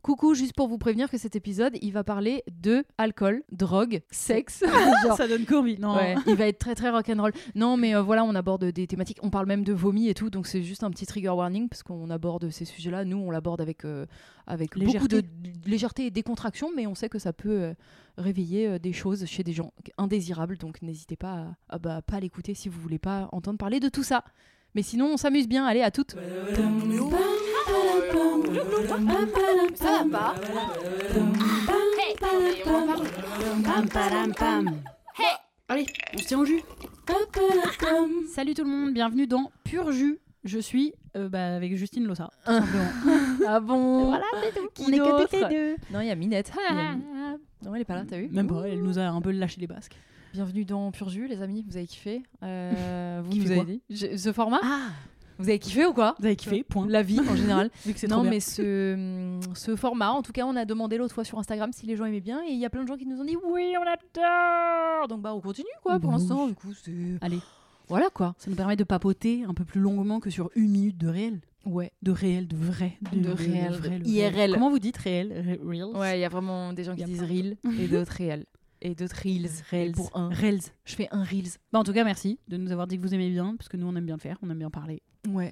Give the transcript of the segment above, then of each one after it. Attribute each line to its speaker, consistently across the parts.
Speaker 1: Coucou, juste pour vous prévenir que cet épisode, il va parler de alcool, drogue, sexe. Genre,
Speaker 2: donne Corby, non
Speaker 1: ouais, Hein, il va être très très rock'n'roll. Non, mais euh, voilà, on aborde des thématiques, on parle même de vomi et tout, donc c'est juste un petit trigger warning parce qu'on aborde ces sujets-là. Nous, on l'aborde avec, euh, avec beaucoup de
Speaker 2: Légèreté.
Speaker 1: de légèreté et décontraction, mais on sait que ça peut euh, réveiller euh, des choses chez des gens indésirables, donc n'hésitez pas à, à, bah, pas l'écouter si vous voulez pas entendre parler de tout ça. Mais sinon, on s'amuse bien, allez à toutes.
Speaker 3: Ça va pas
Speaker 2: Allez, on se tient au jus. Salut tout le monde, bienvenue dans Pur Jus. Je suis euh, bah, avec Justine Lossa. tout simplement.
Speaker 1: Ah bon
Speaker 2: Qui
Speaker 1: On est que
Speaker 2: d'autre
Speaker 1: toutes les Ah, Non, il y a Minette. Il y a Min- Non, elle est pas là, t'as vu
Speaker 2: Même pas, elle nous a un peu lâché les basques.
Speaker 1: Bienvenue dans Pur Jus, les amis. Vous avez kiffé Euh, Vous
Speaker 2: Kiffé
Speaker 1: nous avez
Speaker 2: quoi
Speaker 1: dit J'ai- ce format
Speaker 2: Ah
Speaker 1: Vous avez kiffé ou quoi
Speaker 2: Vous avez kiffé, point.
Speaker 1: La vie en général.
Speaker 2: Vu que c'est
Speaker 1: non,
Speaker 2: trop bien.
Speaker 1: mais ce, hum, ce format, en tout cas, on a demandé l'autre fois sur Instagram si les gens aimaient bien, et il y a plein de gens qui nous ont dit oui, on adore. Donc bah on continue quoi. Pour
Speaker 2: Bah
Speaker 1: l'instant,
Speaker 2: oui.
Speaker 1: du coup, c'est
Speaker 2: Allez,
Speaker 1: voilà quoi.
Speaker 2: ça nous permet de papoter un peu plus longuement que sur une minute de réel.
Speaker 1: Ouais.
Speaker 2: De réel, de vrai.
Speaker 1: De réel,
Speaker 2: vrai,
Speaker 1: de
Speaker 2: le vrai.
Speaker 1: IRL.
Speaker 2: Comment vous dites réel Re- Reels
Speaker 1: Ouais, il y a vraiment des gens
Speaker 2: Y
Speaker 1: qui
Speaker 2: a
Speaker 1: disent
Speaker 2: plein de-
Speaker 1: reels et d'autres réels et d'autres reels.
Speaker 2: Reels.
Speaker 1: Pour un.
Speaker 2: Reels.
Speaker 1: Je fais un reels.
Speaker 2: Bah, en tout cas, merci de nous avoir dit que vous aimez bien, parce que nous, on aime bien le faire, on aime bien parler.
Speaker 1: Ouais.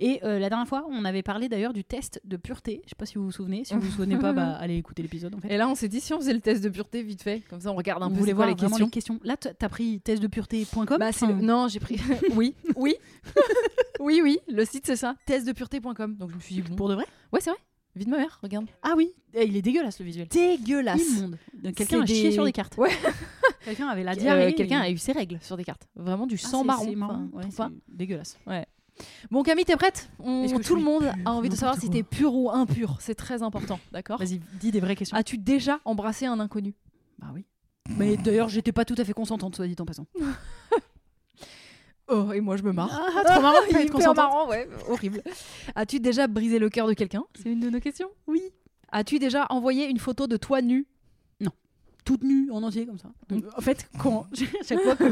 Speaker 2: Et euh, la dernière fois, on avait parlé d'ailleurs du test de pureté. Je sais pas si vous vous souvenez. Si vous vous souvenez pas, bah, allez écouter l'épisode en fait.
Speaker 1: Et là, on s'est dit si on faisait le test de pureté vite fait, comme ça on regarde un
Speaker 2: vous
Speaker 1: peu
Speaker 2: voulez
Speaker 1: c'est quoi
Speaker 2: voir
Speaker 1: les
Speaker 2: vraiment
Speaker 1: questions.
Speaker 2: les questions. Là, t- t'as pris testdepureté.com.
Speaker 1: Bah, c'est le-
Speaker 2: enfin,
Speaker 1: Non, j'ai pris. oui, oui. oui, oui. Le site, c'est ça. Testdepureté.com. Donc, je me suis dit, bon.
Speaker 2: Pour de vrai
Speaker 1: Ouais, c'est vrai. Vite ma mère, regarde.
Speaker 2: Ah oui, Eh, il est dégueulasse le visuel.
Speaker 1: Dégueulasse.
Speaker 2: Immonde. Donc, Quelqu'un a
Speaker 1: Ah, C'est
Speaker 2: chié
Speaker 1: des-
Speaker 2: sur des cartes.
Speaker 1: Ouais.
Speaker 2: Quelqu'un avait la
Speaker 1: Euh,
Speaker 2: diarrhée.
Speaker 1: Quelqu'un a eu ses règles sur des cartes. Vraiment du
Speaker 2: Ah,
Speaker 1: sang
Speaker 2: c'est-
Speaker 1: marron.
Speaker 2: c'est
Speaker 1: enfin,
Speaker 2: ouais,
Speaker 1: trouve
Speaker 2: c'est
Speaker 1: pas.
Speaker 2: dégueulasse.
Speaker 1: Bon, Camille, t'es prête On-
Speaker 2: Est-ce que je
Speaker 1: Tout le
Speaker 2: suis
Speaker 1: monde
Speaker 2: pure
Speaker 1: a envie de savoir si
Speaker 2: N'importe
Speaker 1: t'es pure ou impure. C'est très important, d'accord
Speaker 2: Vas-y, dis des vraies questions.
Speaker 1: As-tu déjà embrassé un inconnu
Speaker 2: Bah oui. Mais d'ailleurs, j'étais pas tout à fait consentante, soit dit en passant.
Speaker 1: Ah, Oh, et moi, je me marre.
Speaker 2: Ah, trop marrant, de pas être
Speaker 1: Hyper
Speaker 2: consentante.
Speaker 1: marrant, ouais. Horrible. As-tu déjà brisé le cœur de quelqu'un C'est une de nos questions. Oui. As-tu déjà envoyé une photo de toi nue
Speaker 2: toute nue en entier comme ça.
Speaker 1: Mm.
Speaker 2: Donc, en fait, quand à chaque fois que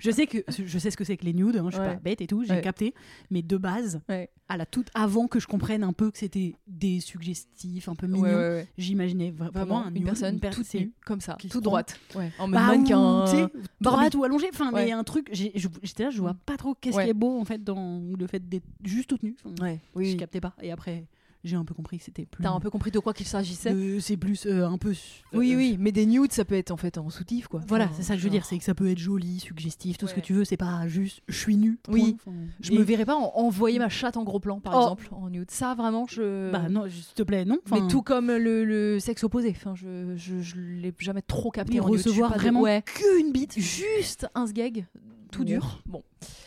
Speaker 2: je sais que je sais ce que c'est que les nudes, hein, je suis
Speaker 1: Ouais.
Speaker 2: pas bête et tout, j'ai
Speaker 1: Ouais.
Speaker 2: capté, mais de base,
Speaker 1: Ouais.
Speaker 2: à la toute avant que je comprenne un peu que c'était des suggestifs, un peu mignons, j'imaginais vra-
Speaker 1: Vraiment,
Speaker 2: vraiment un
Speaker 1: une
Speaker 2: nude,
Speaker 1: personne
Speaker 2: per-
Speaker 1: toute
Speaker 2: c'est-
Speaker 1: nue, comme ça,
Speaker 2: qui se
Speaker 1: tout droite. Ouais. En mode
Speaker 2: Bah, ou,
Speaker 1: mannequin. euh, hein.
Speaker 2: tu sais,
Speaker 1: Barbie.
Speaker 2: droite ou allongée, enfin, mais
Speaker 1: Ouais.
Speaker 2: un truc, j'ai- je- j'étais là, je vois pas trop qu'est-ce
Speaker 1: Ouais.
Speaker 2: qui est beau en fait dans le fait d'être juste toute nue. Enfin,
Speaker 1: Ouais,
Speaker 2: Je
Speaker 1: oui. oui.
Speaker 2: captais pas, et après, j'ai un peu compris que c'était plus.
Speaker 1: T'as un peu compris de quoi qu'il s'agissait.
Speaker 2: euh, c'est plus euh, un peu.
Speaker 1: Oui,
Speaker 2: euh,
Speaker 1: oui, mais des nudes, ça peut être en fait en soutif, quoi.
Speaker 2: Voilà,
Speaker 1: Enfin,
Speaker 2: c'est ça que je veux
Speaker 1: genre,
Speaker 2: dire, c'est que ça peut être joli, suggestif, tout ce que
Speaker 1: Ouais.
Speaker 2: tu veux, c'est pas juste je suis nu. point.
Speaker 1: Oui.
Speaker 2: Enfin,
Speaker 1: Je
Speaker 2: et-
Speaker 1: me verrais pas en- envoyer ma chatte en gros plan, par
Speaker 2: Oh.
Speaker 1: exemple, en nude. Ça, vraiment, je.
Speaker 2: Bah non, s'il te plaît, non.
Speaker 1: mais tout comme le, le sexe opposé. Enfin, je, je, je l'ai jamais trop capté
Speaker 2: Oui,
Speaker 1: en nude. Je suis
Speaker 2: recevoir
Speaker 1: pas de-
Speaker 2: vraiment
Speaker 1: ouais.
Speaker 2: qu'une bite.
Speaker 1: Juste un sgeg, tout
Speaker 2: Ouais.
Speaker 1: dur. Bon.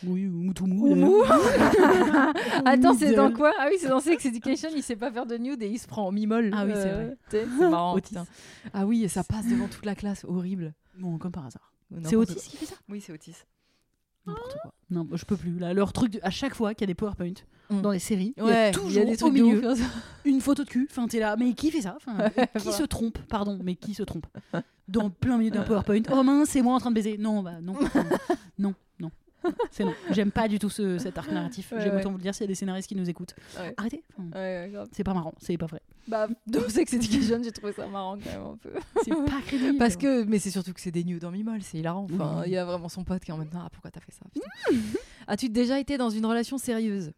Speaker 2: Oui, ou euh, tout
Speaker 1: Ou
Speaker 2: mou.
Speaker 1: mou. Attends,
Speaker 2: Ou
Speaker 1: c'est dans
Speaker 2: middle.
Speaker 1: quoi Ah oui, c'est dans Sex Education, il sait pas faire de nude et il se prend en mi-moll.
Speaker 2: Ah oui, c'est
Speaker 1: Euh,
Speaker 2: vrai.
Speaker 1: t'sais, C'est marrant.
Speaker 2: Otis.
Speaker 1: putain. Ah oui, et ça passe devant toute la classe, horrible.
Speaker 2: Bon, comme par hasard.
Speaker 1: N'importe
Speaker 2: C'est
Speaker 1: quoi.
Speaker 2: Otis qui fait ça
Speaker 1: Oui, c'est Otis. Oh.
Speaker 2: N'importe quoi. Non, je peux plus. Là, leur truc, de- à chaque fois qu'il y a des PowerPoint
Speaker 1: Mm.
Speaker 2: dans les séries, il y
Speaker 1: Ouais,
Speaker 2: a toujours
Speaker 1: il y a des trucs
Speaker 2: au
Speaker 1: de
Speaker 2: milieu
Speaker 1: ouf, hein,
Speaker 2: une photo de cul. Enfin, t'es là, mais qui fait ça Enfin, Qui
Speaker 1: voilà.
Speaker 2: se trompe Pardon, mais qui se trompe Dans plein milieu d'un PowerPoint. Oh mince, c'est moi en train de baiser. Non, bah non. Enfin, non, non. C'est non. J'aime pas du tout ce, cet arc narratif.
Speaker 1: Ouais,
Speaker 2: J'aime
Speaker 1: ouais.
Speaker 2: autant vous le dire s'il y a des scénaristes qui nous écoutent.
Speaker 1: Ouais.
Speaker 2: Arrêtez. Enfin,
Speaker 1: Ouais, grave.
Speaker 2: c'est pas marrant, c'est pas vrai.
Speaker 1: Bah, dans Sex Education, j'ai trouvé ça marrant quand même un peu.
Speaker 2: C'est pas crédible.
Speaker 1: Parce que, mais c'est surtout que c'est des nudes en mi-molle, c'est hilarant. Enfin,
Speaker 2: Oui.
Speaker 1: il y a vraiment son pote qui est en mode Ah, pourquoi t'as fait ça putain. As-tu déjà été dans une relation sérieuse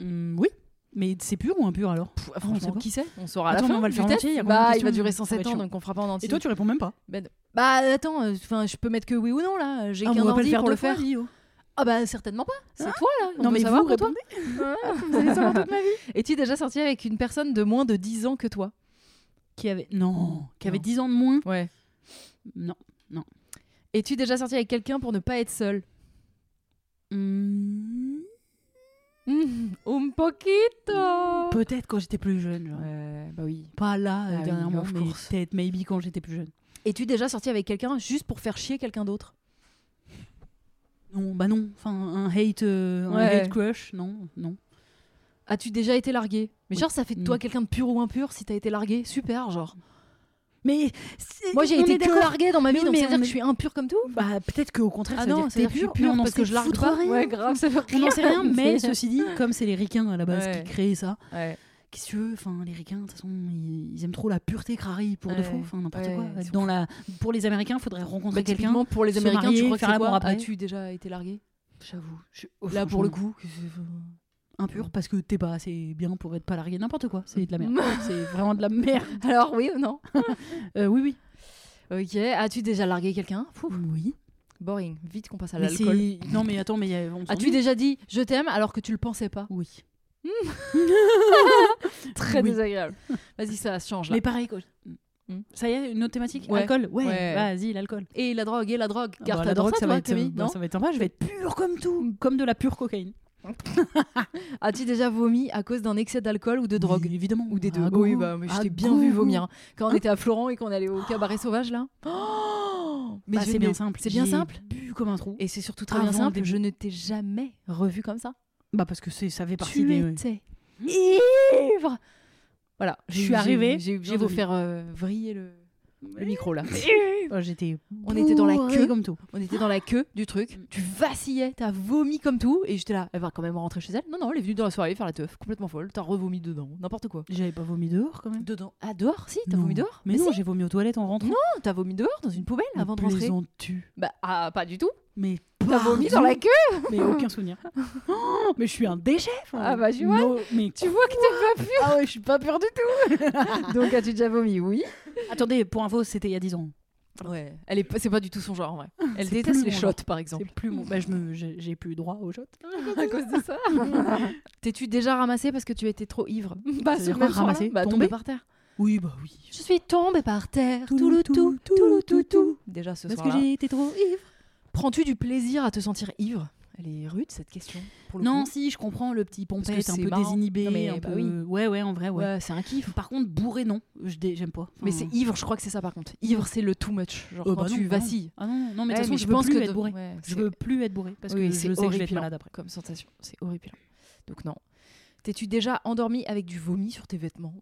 Speaker 2: Hum, oui, mais c'est pur ou impur alors
Speaker 1: Pff,
Speaker 2: on sait
Speaker 1: Ah, Franchement,
Speaker 2: pas.
Speaker 1: qui sait On saura à
Speaker 2: Attends,
Speaker 1: la
Speaker 2: mais
Speaker 1: fin.
Speaker 2: on va le
Speaker 1: du
Speaker 2: faire en
Speaker 1: test.
Speaker 2: entier, il y a combien de
Speaker 1: Bah, il
Speaker 2: questions
Speaker 1: va durer
Speaker 2: Ça va
Speaker 1: 107
Speaker 2: être
Speaker 1: ans,
Speaker 2: chiant.
Speaker 1: donc on fera pas en entier.
Speaker 2: Et toi, tu réponds même pas.
Speaker 1: Ben, bah attends, enfin, je peux mettre que oui ou non là. euh, J'ai
Speaker 2: Ah, on
Speaker 1: qu'un
Speaker 2: va pas
Speaker 1: ordi
Speaker 2: le faire
Speaker 1: pour
Speaker 2: deux
Speaker 1: le
Speaker 2: fois,
Speaker 1: faire.
Speaker 2: Lio.
Speaker 1: Ah bah certainement pas. C'est
Speaker 2: Ah.
Speaker 1: toi là. On
Speaker 2: Non,
Speaker 1: veut
Speaker 2: mais
Speaker 1: savoir
Speaker 2: vous
Speaker 1: pour toi. Ah.
Speaker 2: répondez. Vous allez savoir toute ma vie.
Speaker 1: Es-tu déjà sorti avec une personne de moins de 10 ans que toi
Speaker 2: Qui avait non, qui avait
Speaker 1: Non.
Speaker 2: 10 ans de moins.
Speaker 1: Ouais.
Speaker 2: Non.
Speaker 1: Es-tu déjà sorti avec quelqu'un pour ne pas être seul Hmm.
Speaker 2: Hum, Mm.
Speaker 1: Un poquito.
Speaker 2: Peut-être quand j'étais plus jeune. genre.
Speaker 1: Ouais, bah oui.
Speaker 2: Pas là euh,
Speaker 1: Ah oui,
Speaker 2: dernièrement,
Speaker 1: of
Speaker 2: mais
Speaker 1: course.
Speaker 2: peut-être maybe quand j'étais plus jeune.
Speaker 1: Es-tu déjà sorti avec quelqu'un juste pour faire chier quelqu'un d'autre
Speaker 2: Non, bah non. Enfin, un hate, euh, un
Speaker 1: Ouais.
Speaker 2: hate crush, non, non.
Speaker 1: As-tu déjà été largué Mais
Speaker 2: Oui.
Speaker 1: genre, ça fait de toi
Speaker 2: Mm.
Speaker 1: quelqu'un de pur ou impur si t'as été largué Super, genre.
Speaker 2: Mais
Speaker 1: Moi, j'ai été que largué dans ma
Speaker 2: Mais
Speaker 1: vie,
Speaker 2: oui,
Speaker 1: donc
Speaker 2: mais
Speaker 1: c'est-à-dire
Speaker 2: on
Speaker 1: que
Speaker 2: est-
Speaker 1: je suis impur comme tout
Speaker 2: Bah peut-être qu'au contraire,
Speaker 1: Ah
Speaker 2: ça veut
Speaker 1: non,
Speaker 2: dire que
Speaker 1: c'est-à-dire
Speaker 2: t'es
Speaker 1: que je suis
Speaker 2: pure,
Speaker 1: pure
Speaker 2: non,
Speaker 1: parce
Speaker 2: parce
Speaker 1: que je largue
Speaker 2: foutre
Speaker 1: pas.
Speaker 2: rien.
Speaker 1: Ouais, grave, ça veut
Speaker 2: On n'en sait rien,
Speaker 1: rien
Speaker 2: mais
Speaker 1: dire.
Speaker 2: ceci dit, comme c'est les ricains à la base
Speaker 1: Ouais.
Speaker 2: qui créaient ça,
Speaker 1: Ouais.
Speaker 2: qu'est-ce que tu veux Enfin, les ricains, de toute façon, ils, ils aiment trop la pureté crari pour de
Speaker 1: Ouais.
Speaker 2: faux, enfin n'importe
Speaker 1: Ouais,
Speaker 2: quoi.
Speaker 1: ils sont
Speaker 2: Dans la... Pour les Américains, il faudrait rencontrer
Speaker 1: Bah,
Speaker 2: quelqu'un.
Speaker 1: typiquement, pour les
Speaker 2: se
Speaker 1: Américains,
Speaker 2: marier,
Speaker 1: tu crois que
Speaker 2: faire
Speaker 1: c'est
Speaker 2: l'amour
Speaker 1: quoi
Speaker 2: après.
Speaker 1: As-tu déjà été largué
Speaker 2: J'avoue, je-
Speaker 1: Là, pour le
Speaker 2: franchement,
Speaker 1: coup.
Speaker 2: impur parce que t'es pas assez bien pour être pas largué, n'importe quoi. C'est de la merde. c'est vraiment de la merde.
Speaker 1: Alors, oui ou non
Speaker 2: Euh, oui, oui.
Speaker 1: Ok. As-tu déjà largué quelqu'un Fou,
Speaker 2: Oui.
Speaker 1: Boring. Vite qu'on passe à
Speaker 2: Mais
Speaker 1: l'alcool.
Speaker 2: c'est- non, mais attends, mais y a- on s'ennuie.
Speaker 1: As-tu déjà dit je t'aime alors que tu le pensais pas
Speaker 2: Oui.
Speaker 1: Très
Speaker 2: Oui.
Speaker 1: désagréable. Vas-y, ça change là.
Speaker 2: Mais pareil, quoi.
Speaker 1: Hmm.
Speaker 2: Ça y est, une autre thématique
Speaker 1: Ouais.
Speaker 2: Alcool Ouais,
Speaker 1: Ouais.
Speaker 2: vas-y, l'alcool.
Speaker 1: Et la drogue, et la drogue.
Speaker 2: Ah
Speaker 1: Car
Speaker 2: bah, la
Speaker 1: t'adores
Speaker 2: drogue,
Speaker 1: ça,
Speaker 2: va
Speaker 1: toi,
Speaker 2: être,
Speaker 1: Camille,
Speaker 2: bah,
Speaker 1: non
Speaker 2: ça va être sympa. Je vais être pure comme tout, comme de la pure cocaïne.
Speaker 1: As-tu déjà vomi à cause d'un excès d'alcool ou de
Speaker 2: Oui,
Speaker 1: drogue
Speaker 2: évidemment.
Speaker 1: Ou des deux
Speaker 2: Ah, go,
Speaker 1: Oui, bah, mais je
Speaker 2: Ah,
Speaker 1: t'ai bien
Speaker 2: go,
Speaker 1: vu
Speaker 2: go.
Speaker 1: vomir. hein. Quand on était à Florent et qu'on allait au cabaret sauvage, là. Oh mais
Speaker 2: Bah,
Speaker 1: je
Speaker 2: c'est
Speaker 1: ne-
Speaker 2: bien simple.
Speaker 1: C'est bien
Speaker 2: J'ai
Speaker 1: simple.
Speaker 2: Bu comme un trou.
Speaker 1: Et c'est surtout très
Speaker 2: Avant
Speaker 1: bien
Speaker 2: le
Speaker 1: simple.
Speaker 2: début.
Speaker 1: Je ne t'ai jamais revu comme ça.
Speaker 2: Bah parce que c'est, ça fait partie
Speaker 1: tu
Speaker 2: des.
Speaker 1: étais ivre. Voilà.
Speaker 2: Je
Speaker 1: j'ai-
Speaker 2: suis
Speaker 1: Mmh. j'ai-
Speaker 2: arrivée,
Speaker 1: J'ai
Speaker 2: bien
Speaker 1: j'ai vous
Speaker 2: vomi.
Speaker 1: faire euh, vriller le, le micro, là.
Speaker 2: Oh, j'étais.
Speaker 1: On était dans la
Speaker 2: bourrée
Speaker 1: queue.
Speaker 2: comme tout.
Speaker 1: On était dans la queue du truc. Tu vacillais, t'as vomi comme tout. Et j'étais là, elle va quand même rentrer chez elle. Non, non, elle est venue dans la soirée faire la teuf, complètement folle. T'as revomi dedans, n'importe quoi.
Speaker 2: J'avais pas vomi dehors quand même.
Speaker 1: Dedans Ah, dehors Si, t'as
Speaker 2: Non.
Speaker 1: vomi dehors
Speaker 2: Mais, non,
Speaker 1: si, hein,
Speaker 2: j'ai vomi aux toilettes en rentrant.
Speaker 1: t'as vomi dehors dans une poubelle
Speaker 2: Mais
Speaker 1: avant de rentrer.
Speaker 2: plaisantes-tu
Speaker 1: Bah, ah, pas du tout.
Speaker 2: Mais
Speaker 1: T'as vomi dans la queue
Speaker 2: pardon, Mais aucun souvenir. Oh, mais je suis un déchet. enfin,
Speaker 1: Ah bah, tu vois,
Speaker 2: no- mais
Speaker 1: Tu vois que t'es pas
Speaker 2: ah ouais, je suis pas pure du tout.
Speaker 1: pure. Donc, as-tu déjà vomi Oui.
Speaker 2: Attendez, pour info, c'était il y a 10 ans.
Speaker 1: Ouais. Elle est pas- c'est pas du tout son genre en vrai. Elle
Speaker 2: C'est
Speaker 1: déteste
Speaker 2: plus
Speaker 1: les
Speaker 2: mon
Speaker 1: shots
Speaker 2: genre.
Speaker 1: par exemple.
Speaker 2: C'est plus mon. Bah, je me, j'ai, j'ai plus droit aux shots.
Speaker 1: à cause de ça. T'es-tu déjà ramassé parce que tu étais trop ivre Bah,
Speaker 2: veut dire
Speaker 1: même
Speaker 2: quoi,
Speaker 1: soir-là.
Speaker 2: ramassé
Speaker 1: Bah, tombé
Speaker 2: Tombé
Speaker 1: par terre.
Speaker 2: Oui, bah oui.
Speaker 1: Je suis tombée par terre.
Speaker 2: Tout,
Speaker 1: Tout le
Speaker 2: tout,
Speaker 1: tout,
Speaker 2: tout,
Speaker 1: tout le
Speaker 2: tout,
Speaker 1: tout, tout. Déjà ce
Speaker 2: Parce
Speaker 1: soir.
Speaker 2: que j'ai été trop ivre.
Speaker 1: Prends-tu du plaisir à te sentir ivre Elle est rude cette question. Pour le
Speaker 2: Non,
Speaker 1: coup.
Speaker 2: si, je comprends le petit pompette
Speaker 1: Parce que
Speaker 2: un
Speaker 1: c'est
Speaker 2: peu
Speaker 1: marrant.
Speaker 2: désinhibé,
Speaker 1: Non, mais
Speaker 2: un
Speaker 1: bah
Speaker 2: peu.
Speaker 1: oui.
Speaker 2: Ouais, ouais, en vrai, ouais.
Speaker 1: ouais, c'est un kiff.
Speaker 2: Par contre, bourré, non. Je dé- j'aime pas.
Speaker 1: Mais
Speaker 2: Enfin,
Speaker 1: c'est ivre, je crois que c'est ça par contre. Ivre, c'est le too much. Genre
Speaker 2: Euh,
Speaker 1: quand
Speaker 2: bah non,
Speaker 1: tu
Speaker 2: bah non.
Speaker 1: vassilles.
Speaker 2: Ah non, non, mais de
Speaker 1: Ouais,
Speaker 2: toute façon, je, veux
Speaker 1: pense
Speaker 2: plus
Speaker 1: que
Speaker 2: être
Speaker 1: de-
Speaker 2: bourré.
Speaker 1: ouais,
Speaker 2: Je
Speaker 1: c'est-
Speaker 2: veux plus être bourré parce que
Speaker 1: Oui,
Speaker 2: je
Speaker 1: c'est
Speaker 2: sais que je vais être
Speaker 1: horripilant
Speaker 2: malade après.
Speaker 1: Comme sensation, c'est horrible. Donc non. T'es-tu déjà endormi avec du vomi sur tes vêtements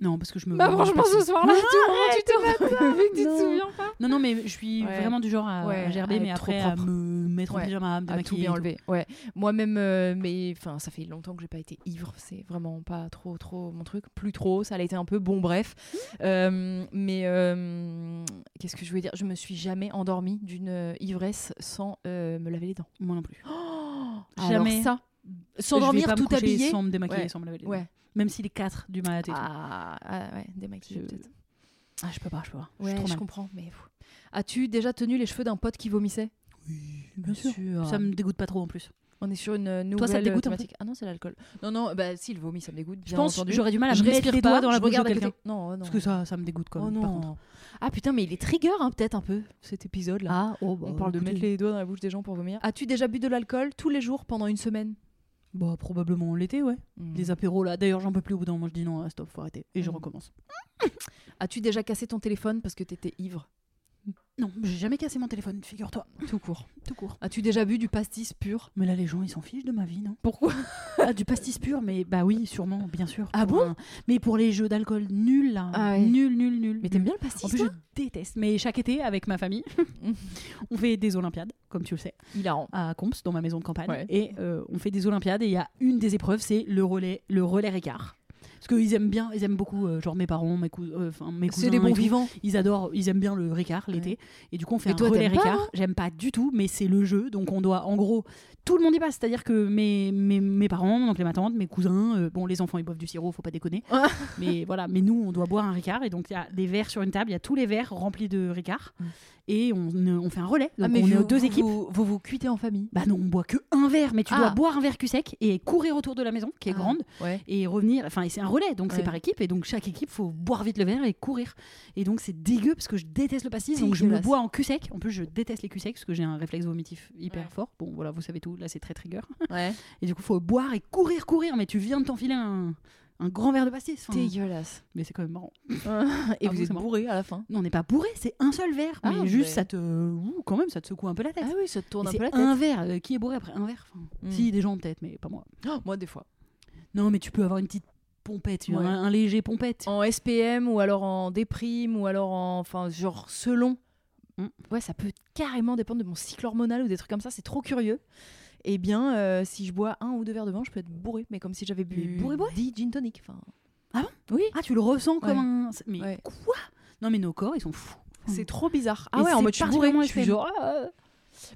Speaker 2: Non, parce que je me.
Speaker 1: Bah
Speaker 2: je
Speaker 1: franchement
Speaker 2: passe-
Speaker 1: ce soir-là, tout le monde, tu t'es endormi, tu te
Speaker 2: Non.
Speaker 1: souviens pas
Speaker 2: Non, non, mais je suis
Speaker 1: Ouais.
Speaker 2: vraiment du genre à,
Speaker 1: Ouais,
Speaker 2: à gerber,
Speaker 1: à
Speaker 2: mais
Speaker 1: être trop
Speaker 2: après à
Speaker 1: propre.
Speaker 2: me mettre en
Speaker 1: Ouais,
Speaker 2: pyjama, à me
Speaker 1: à Ah, tout
Speaker 2: démaquiller. et
Speaker 1: bien
Speaker 2: tout.
Speaker 1: enlevé. Ouais. Moi-même, euh, mais enfin, ça fait longtemps que j'ai pas été ivre. C'est vraiment pas trop, trop mon truc. Plus trop. Ça l'a été un peu. Bon, bref. Euh, mais euh, qu'est-ce que je voulais dire Je me suis jamais endormie d'une euh, ivresse sans euh, me laver les dents.
Speaker 2: Moi non plus.
Speaker 1: Alors
Speaker 2: Jamais.
Speaker 1: ça.
Speaker 2: Je vais
Speaker 1: S'endormir
Speaker 2: pas me
Speaker 1: tout
Speaker 2: coucher
Speaker 1: habillé.
Speaker 2: Sans me démaquiller,
Speaker 1: Ouais.
Speaker 2: sans me laver les dents.
Speaker 1: Ouais.
Speaker 2: Même si les 4 du mat et tout.
Speaker 1: Ah, ah, ouais, démaquillée
Speaker 2: Je-
Speaker 1: peut-être.
Speaker 2: Ah, je peux pas, je peux pas. je
Speaker 1: Ouais,
Speaker 2: suis trop
Speaker 1: je,
Speaker 2: mal.
Speaker 1: comprends. Mais fou. as-tu déjà tenu les cheveux d'un pote qui vomissait
Speaker 2: Bien sûr. Ça me dégoûte pas trop en plus.
Speaker 1: On est sur une euh, nouvelle
Speaker 2: Toi, ça te dégoûte un peu
Speaker 1: thématique. Ah non, c'est l'alcool. Non, non, bah si, le vomi, ça me dégoûte.
Speaker 2: Je
Speaker 1: Bien
Speaker 2: pense
Speaker 1: entendu.
Speaker 2: j'aurais du mal à
Speaker 1: je
Speaker 2: mettre
Speaker 1: respire
Speaker 2: les
Speaker 1: pas,
Speaker 2: doigts dans la
Speaker 1: je
Speaker 2: bouche de
Speaker 1: regarde à
Speaker 2: quelqu'un.
Speaker 1: côté. Non, oh non.
Speaker 2: Parce que ça, ça me dégoûte quand
Speaker 1: Oh
Speaker 2: même. par contre.
Speaker 1: non. Ah putain, mais il est trigger hein, peut-être un peu cet épisode là.
Speaker 2: Ah, oh, bah,
Speaker 1: On parle de
Speaker 2: écoutez,
Speaker 1: mettre les doigts dans la bouche des gens pour vomir. As-tu déjà bu de l'alcool tous les jours pendant une semaine
Speaker 2: Bah, probablement l'été, ouais.
Speaker 1: Hmm. Mmh.
Speaker 2: Des apéros là. D'ailleurs, j'en peux plus au bout d'un moment. Je dis non, ah, stop, faut arrêter. Et je
Speaker 1: Mm.
Speaker 2: recommence.
Speaker 1: As-tu déjà cassé ton téléphone parce que t'étais ivre
Speaker 2: Non, j'ai jamais cassé mon téléphone, figure-toi.
Speaker 1: Tout court.
Speaker 2: Tout court.
Speaker 1: As-tu déjà bu du pastis pur
Speaker 2: Mais là, les gens, ils s'en fichent de ma vie, non
Speaker 1: Pourquoi
Speaker 2: Ah, du pastis pur, mais bah oui, sûrement, bien sûr.
Speaker 1: Ah
Speaker 2: Pour
Speaker 1: bon
Speaker 2: un- Mais pour les jeux d'alcool, nul, là.
Speaker 1: Ah ouais.
Speaker 2: Nul, nul, nul.
Speaker 1: Mais t'aimes
Speaker 2: nul.
Speaker 1: bien le pastis
Speaker 2: En plus,
Speaker 1: toi
Speaker 2: je déteste. Mais chaque été, avec ma famille, on fait des Olympiades, comme tu le sais,
Speaker 1: Hilarant.
Speaker 2: à Comps, dans ma maison de campagne.
Speaker 1: Ouais.
Speaker 2: Et euh, on fait des Olympiades, et il y a une des épreuves, c'est le relais, le relais Ricard. Parce qu'ils aiment bien, ils aiment beaucoup, euh, genre mes parents, mes, cou- euh, enfin, mes cousins.
Speaker 1: C'est des
Speaker 2: et
Speaker 1: bons
Speaker 2: tout.
Speaker 1: vivants.
Speaker 2: Ils adorent, ils aiment bien le Ricard l'été.
Speaker 1: Ouais.
Speaker 2: Et du coup, on fait
Speaker 1: Mais
Speaker 2: un
Speaker 1: toi,
Speaker 2: relais
Speaker 1: t'aimes pas,
Speaker 2: Ricard. J'aime pas du tout, mais c'est le jeu. Donc, on doit, en gros, tout le monde y passe. C'est-à-dire que mes, mes, mes parents, donc les ma tante, mes cousins, euh, bon, les enfants, ils boivent du sirop, faut pas déconner. mais voilà, mais nous, on doit boire un Ricard. Et donc, il y a des verres sur une table, il y a tous les verres remplis de Ricard. Et on, euh, on fait un relais. Donc,
Speaker 1: Mm. Ah, mais
Speaker 2: on est
Speaker 1: vous,
Speaker 2: aux deux
Speaker 1: vous-
Speaker 2: équipes.
Speaker 1: Vous, vous vous cuitez en famille.
Speaker 2: Bah non, on boit que un verre, mais tu dois
Speaker 1: Ah.
Speaker 2: boire un verre cul sec et courir autour de la maison, qui est
Speaker 1: Ah,
Speaker 2: grande
Speaker 1: Ouais.
Speaker 2: et revenir. Enfin, et c'est un relais, donc c'est
Speaker 1: Ouais.
Speaker 2: par équipe, et donc chaque équipe faut boire vite le verre et courir. Et donc c'est dégueu parce que je déteste le pastis, donc je me le
Speaker 1: Dégueulasse.
Speaker 2: bois en cul sec. En plus, je déteste les cul secs parce que j'ai un réflexe vomitif hyper
Speaker 1: Ouais.
Speaker 2: fort. Bon, voilà, vous savez tout. Là, c'est très trigger.
Speaker 1: ouais.
Speaker 2: Et du coup, faut boire et courir, courir. Mais tu viens de t'enfiler un, un grand verre de pastis. Enfin,
Speaker 1: Dégueulasse.
Speaker 2: mais c'est quand même marrant.
Speaker 1: Et
Speaker 2: Ah,
Speaker 1: vous
Speaker 2: vous,
Speaker 1: êtes
Speaker 2: c'est marrant.
Speaker 1: bourré à la fin.
Speaker 2: Non, on n'est pas bourré, c'est un seul verre,
Speaker 1: Ah,
Speaker 2: mais juste
Speaker 1: mais-
Speaker 2: ça te, ouh, quand même, ça te secoue un peu la tête.
Speaker 1: Ah oui, ça te tourne
Speaker 2: Mais
Speaker 1: un
Speaker 2: c'est
Speaker 1: peu la tête.
Speaker 2: un verre. Euh, Qui est bourré après un verre Enfin,
Speaker 1: Mm.
Speaker 2: Si, des gens peut-être, mais pas moi.
Speaker 1: Oh, moi, des fois.
Speaker 2: Non, mais tu peux avoir une petite pompette,
Speaker 1: Ouais.
Speaker 2: un, un léger pompette.
Speaker 1: En SPM ou alors en déprime ou alors en. Enfin, genre selon.
Speaker 2: Mm.
Speaker 1: Ouais, ça peut carrément dépendre de mon cycle hormonal ou des trucs comme ça. C'est trop curieux. Eh bien, euh, si je bois un ou deux verres de vin, je peux être bourré. Mais comme si j'avais bu
Speaker 2: Mais bourré, bourré
Speaker 1: 10 gin tonic. Enfin,
Speaker 2: Ah, tu le ressens comme
Speaker 1: Ouais.
Speaker 2: un. c'est- Mais
Speaker 1: Ouais.
Speaker 2: quoi Non, mais nos corps, ils sont fous.
Speaker 1: c'est trop bizarre. Ah
Speaker 2: Et
Speaker 1: ouais, en
Speaker 2: c'est
Speaker 1: mode je suis bourré.
Speaker 2: particulièrement
Speaker 1: Je suis
Speaker 2: SM.
Speaker 1: genre. ah, ah.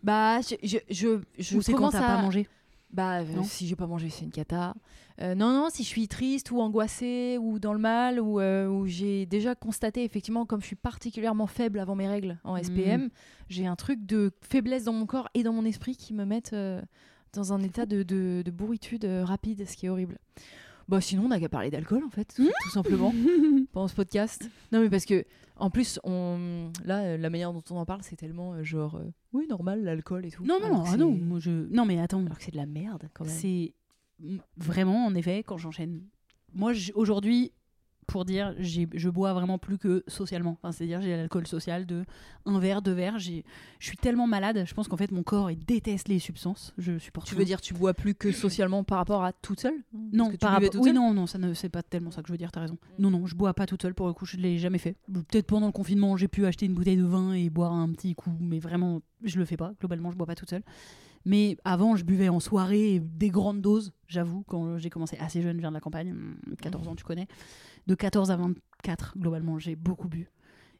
Speaker 1: Bah, je, je, je, je
Speaker 2: Ou c'est quand
Speaker 1: commence
Speaker 2: t'as
Speaker 1: à.
Speaker 2: pas mangé.
Speaker 1: Bah, euh,
Speaker 2: Non.
Speaker 1: si j'ai pas mangé, c'est une cata. Euh, non, non, si je suis triste ou angoissée ou dans le mal ou, euh, ou j'ai déjà constaté, effectivement, comme je suis particulièrement faible avant mes règles en SPM,
Speaker 2: Mm.
Speaker 1: j'ai un truc de faiblesse dans mon corps et dans mon esprit qui me mettent euh, dans un état de, de- de bourritude euh, rapide, ce qui est horrible. Bah, sinon, on n'a qu'à parler d'alcool, en
Speaker 2: Hmm
Speaker 1: fait, tout- tout simplement pendant ce podcast. Non, mais parce que, en plus, on... là, euh, la manière dont on en parle, c'est tellement euh, genre, euh, oui, normal, l'alcool et tout.
Speaker 2: Non, non,
Speaker 1: Alors
Speaker 2: non,
Speaker 1: que
Speaker 2: ah
Speaker 1: c'est- Ah,
Speaker 2: non, moi, je... non, mais attends,
Speaker 1: Alors que c'est de la merde, quand même.
Speaker 2: c'est m- vraiment en effet quand j'enchaîne. Moi, j'- aujourd'hui, pour dire, j'ai- je bois vraiment plus que socialement. Enfin, C'est-à-dire, j'ai l'alcool social de un verre, deux verres. j'ai- Je suis tellement malade, je pense qu'en fait, mon corps il déteste les substances. Je supporte.
Speaker 1: Tu
Speaker 2: rien.
Speaker 1: veux dire tu bois plus que socialement par rapport à toute seule
Speaker 2: Non,
Speaker 1: que tu
Speaker 2: par
Speaker 1: buvais
Speaker 2: rapport-
Speaker 1: toute
Speaker 2: Oui,
Speaker 1: seule Mm.
Speaker 2: non, non, ça ne c'est pas tellement ça que je veux dire. T'as raison. Non, non, je bois pas toute seule pour le coup. Je l'ai jamais fait. Peut-être pendant le confinement, j'ai pu acheter une bouteille de vin et boire un petit coup, mais vraiment, je le fais pas. Globalement, je bois pas toute seule. Mais avant, je buvais en soirée et des grandes doses. J'avoue, quand j'ai commencé assez jeune, je viens de la campagne, hum, 14
Speaker 1: Mm.
Speaker 2: ans, tu connais. De 14 à 24, globalement, j'ai beaucoup bu.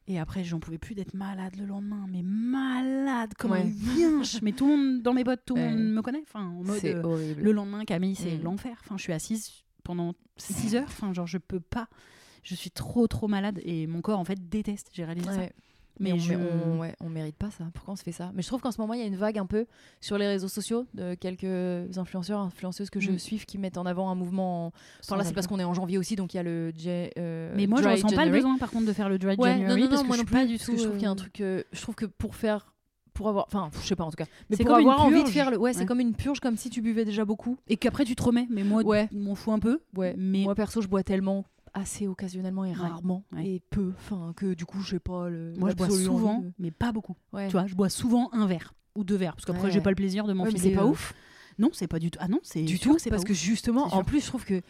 Speaker 2: Et après, j'en pouvais plus d'être malade le lendemain, mais malade comme
Speaker 1: Ouais.
Speaker 2: un yinche. Mais tout le monde dans mes bottes, tout le
Speaker 1: Ouais.
Speaker 2: monde me connaît. Enfin, en mode.
Speaker 1: C'est
Speaker 2: euh,
Speaker 1: horrible.
Speaker 2: le lendemain, Camille, c'est
Speaker 1: Mm.
Speaker 2: l'enfer. Enfin, je suis assise pendant 6 heures. Enfin, genre, je peux pas. Je suis trop, trop malade et mon corps, en fait, déteste. J'ai réalisé ça.
Speaker 1: Ouais.
Speaker 2: Mais
Speaker 1: Mais, on,
Speaker 2: je-
Speaker 1: on- ouais, on mérite pas ça. Pourquoi on se fait ça Mais je trouve qu'en ce moment, il y a une vague un peu sur les réseaux sociaux de quelques influenceurs, influenceuses que je
Speaker 2: Mm.
Speaker 1: suis qui mettent en avant un mouvement. en-
Speaker 2: Sans
Speaker 1: Enfin là, c'est parce
Speaker 2: alcool.
Speaker 1: qu'on est en janvier aussi, donc il y a le. J- euh,
Speaker 2: Mais moi, je
Speaker 1: Dry
Speaker 2: ressens pas le
Speaker 1: January.
Speaker 2: besoin, par contre, de faire le dry
Speaker 1: Ouais,
Speaker 2: January
Speaker 1: non, non,
Speaker 2: parce
Speaker 1: non,
Speaker 2: que
Speaker 1: moi
Speaker 2: je
Speaker 1: non
Speaker 2: suis pas
Speaker 1: plus,
Speaker 2: du
Speaker 1: parce
Speaker 2: tout.
Speaker 1: que je trouve qu'il y a un
Speaker 2: euh,
Speaker 1: truc. euh, je trouve que pour faire. Pour avoir. Enfin, je sais pas en tout cas. Mais
Speaker 2: C'est
Speaker 1: pour
Speaker 2: comme une
Speaker 1: avoir envie de
Speaker 2: purge.
Speaker 1: faire le. Ouais, c'est
Speaker 2: Ouais.
Speaker 1: comme une purge, comme si tu buvais déjà beaucoup.
Speaker 2: Et qu'après, tu te remets. Mais moi,
Speaker 1: Ouais.
Speaker 2: je m'en fous un peu.
Speaker 1: Ouais.
Speaker 2: Mais
Speaker 1: Moi perso, je bois tellement assez occasionnellement et
Speaker 2: Ouais.
Speaker 1: rarement
Speaker 2: Ouais.
Speaker 1: et peu, enfin que du coup, je sais pas le.
Speaker 2: moi, je bois
Speaker 1: l'absolue envie
Speaker 2: souvent,
Speaker 1: de-
Speaker 2: mais pas beaucoup.
Speaker 1: Ouais.
Speaker 2: Tu vois, je bois souvent un verre ou deux verres parce qu'après,
Speaker 1: Ouais,
Speaker 2: j'ai
Speaker 1: ouais.
Speaker 2: pas le plaisir de m'en
Speaker 1: Ouais, mais c'est pas ouf
Speaker 2: Non, c'est pas du tout. Ah non, c'est
Speaker 1: du
Speaker 2: sûr
Speaker 1: tout,
Speaker 2: que c'est
Speaker 1: parce
Speaker 2: pas
Speaker 1: que
Speaker 2: ouf.
Speaker 1: justement,
Speaker 2: C'est
Speaker 1: en
Speaker 2: sûr.
Speaker 1: plus, je trouve que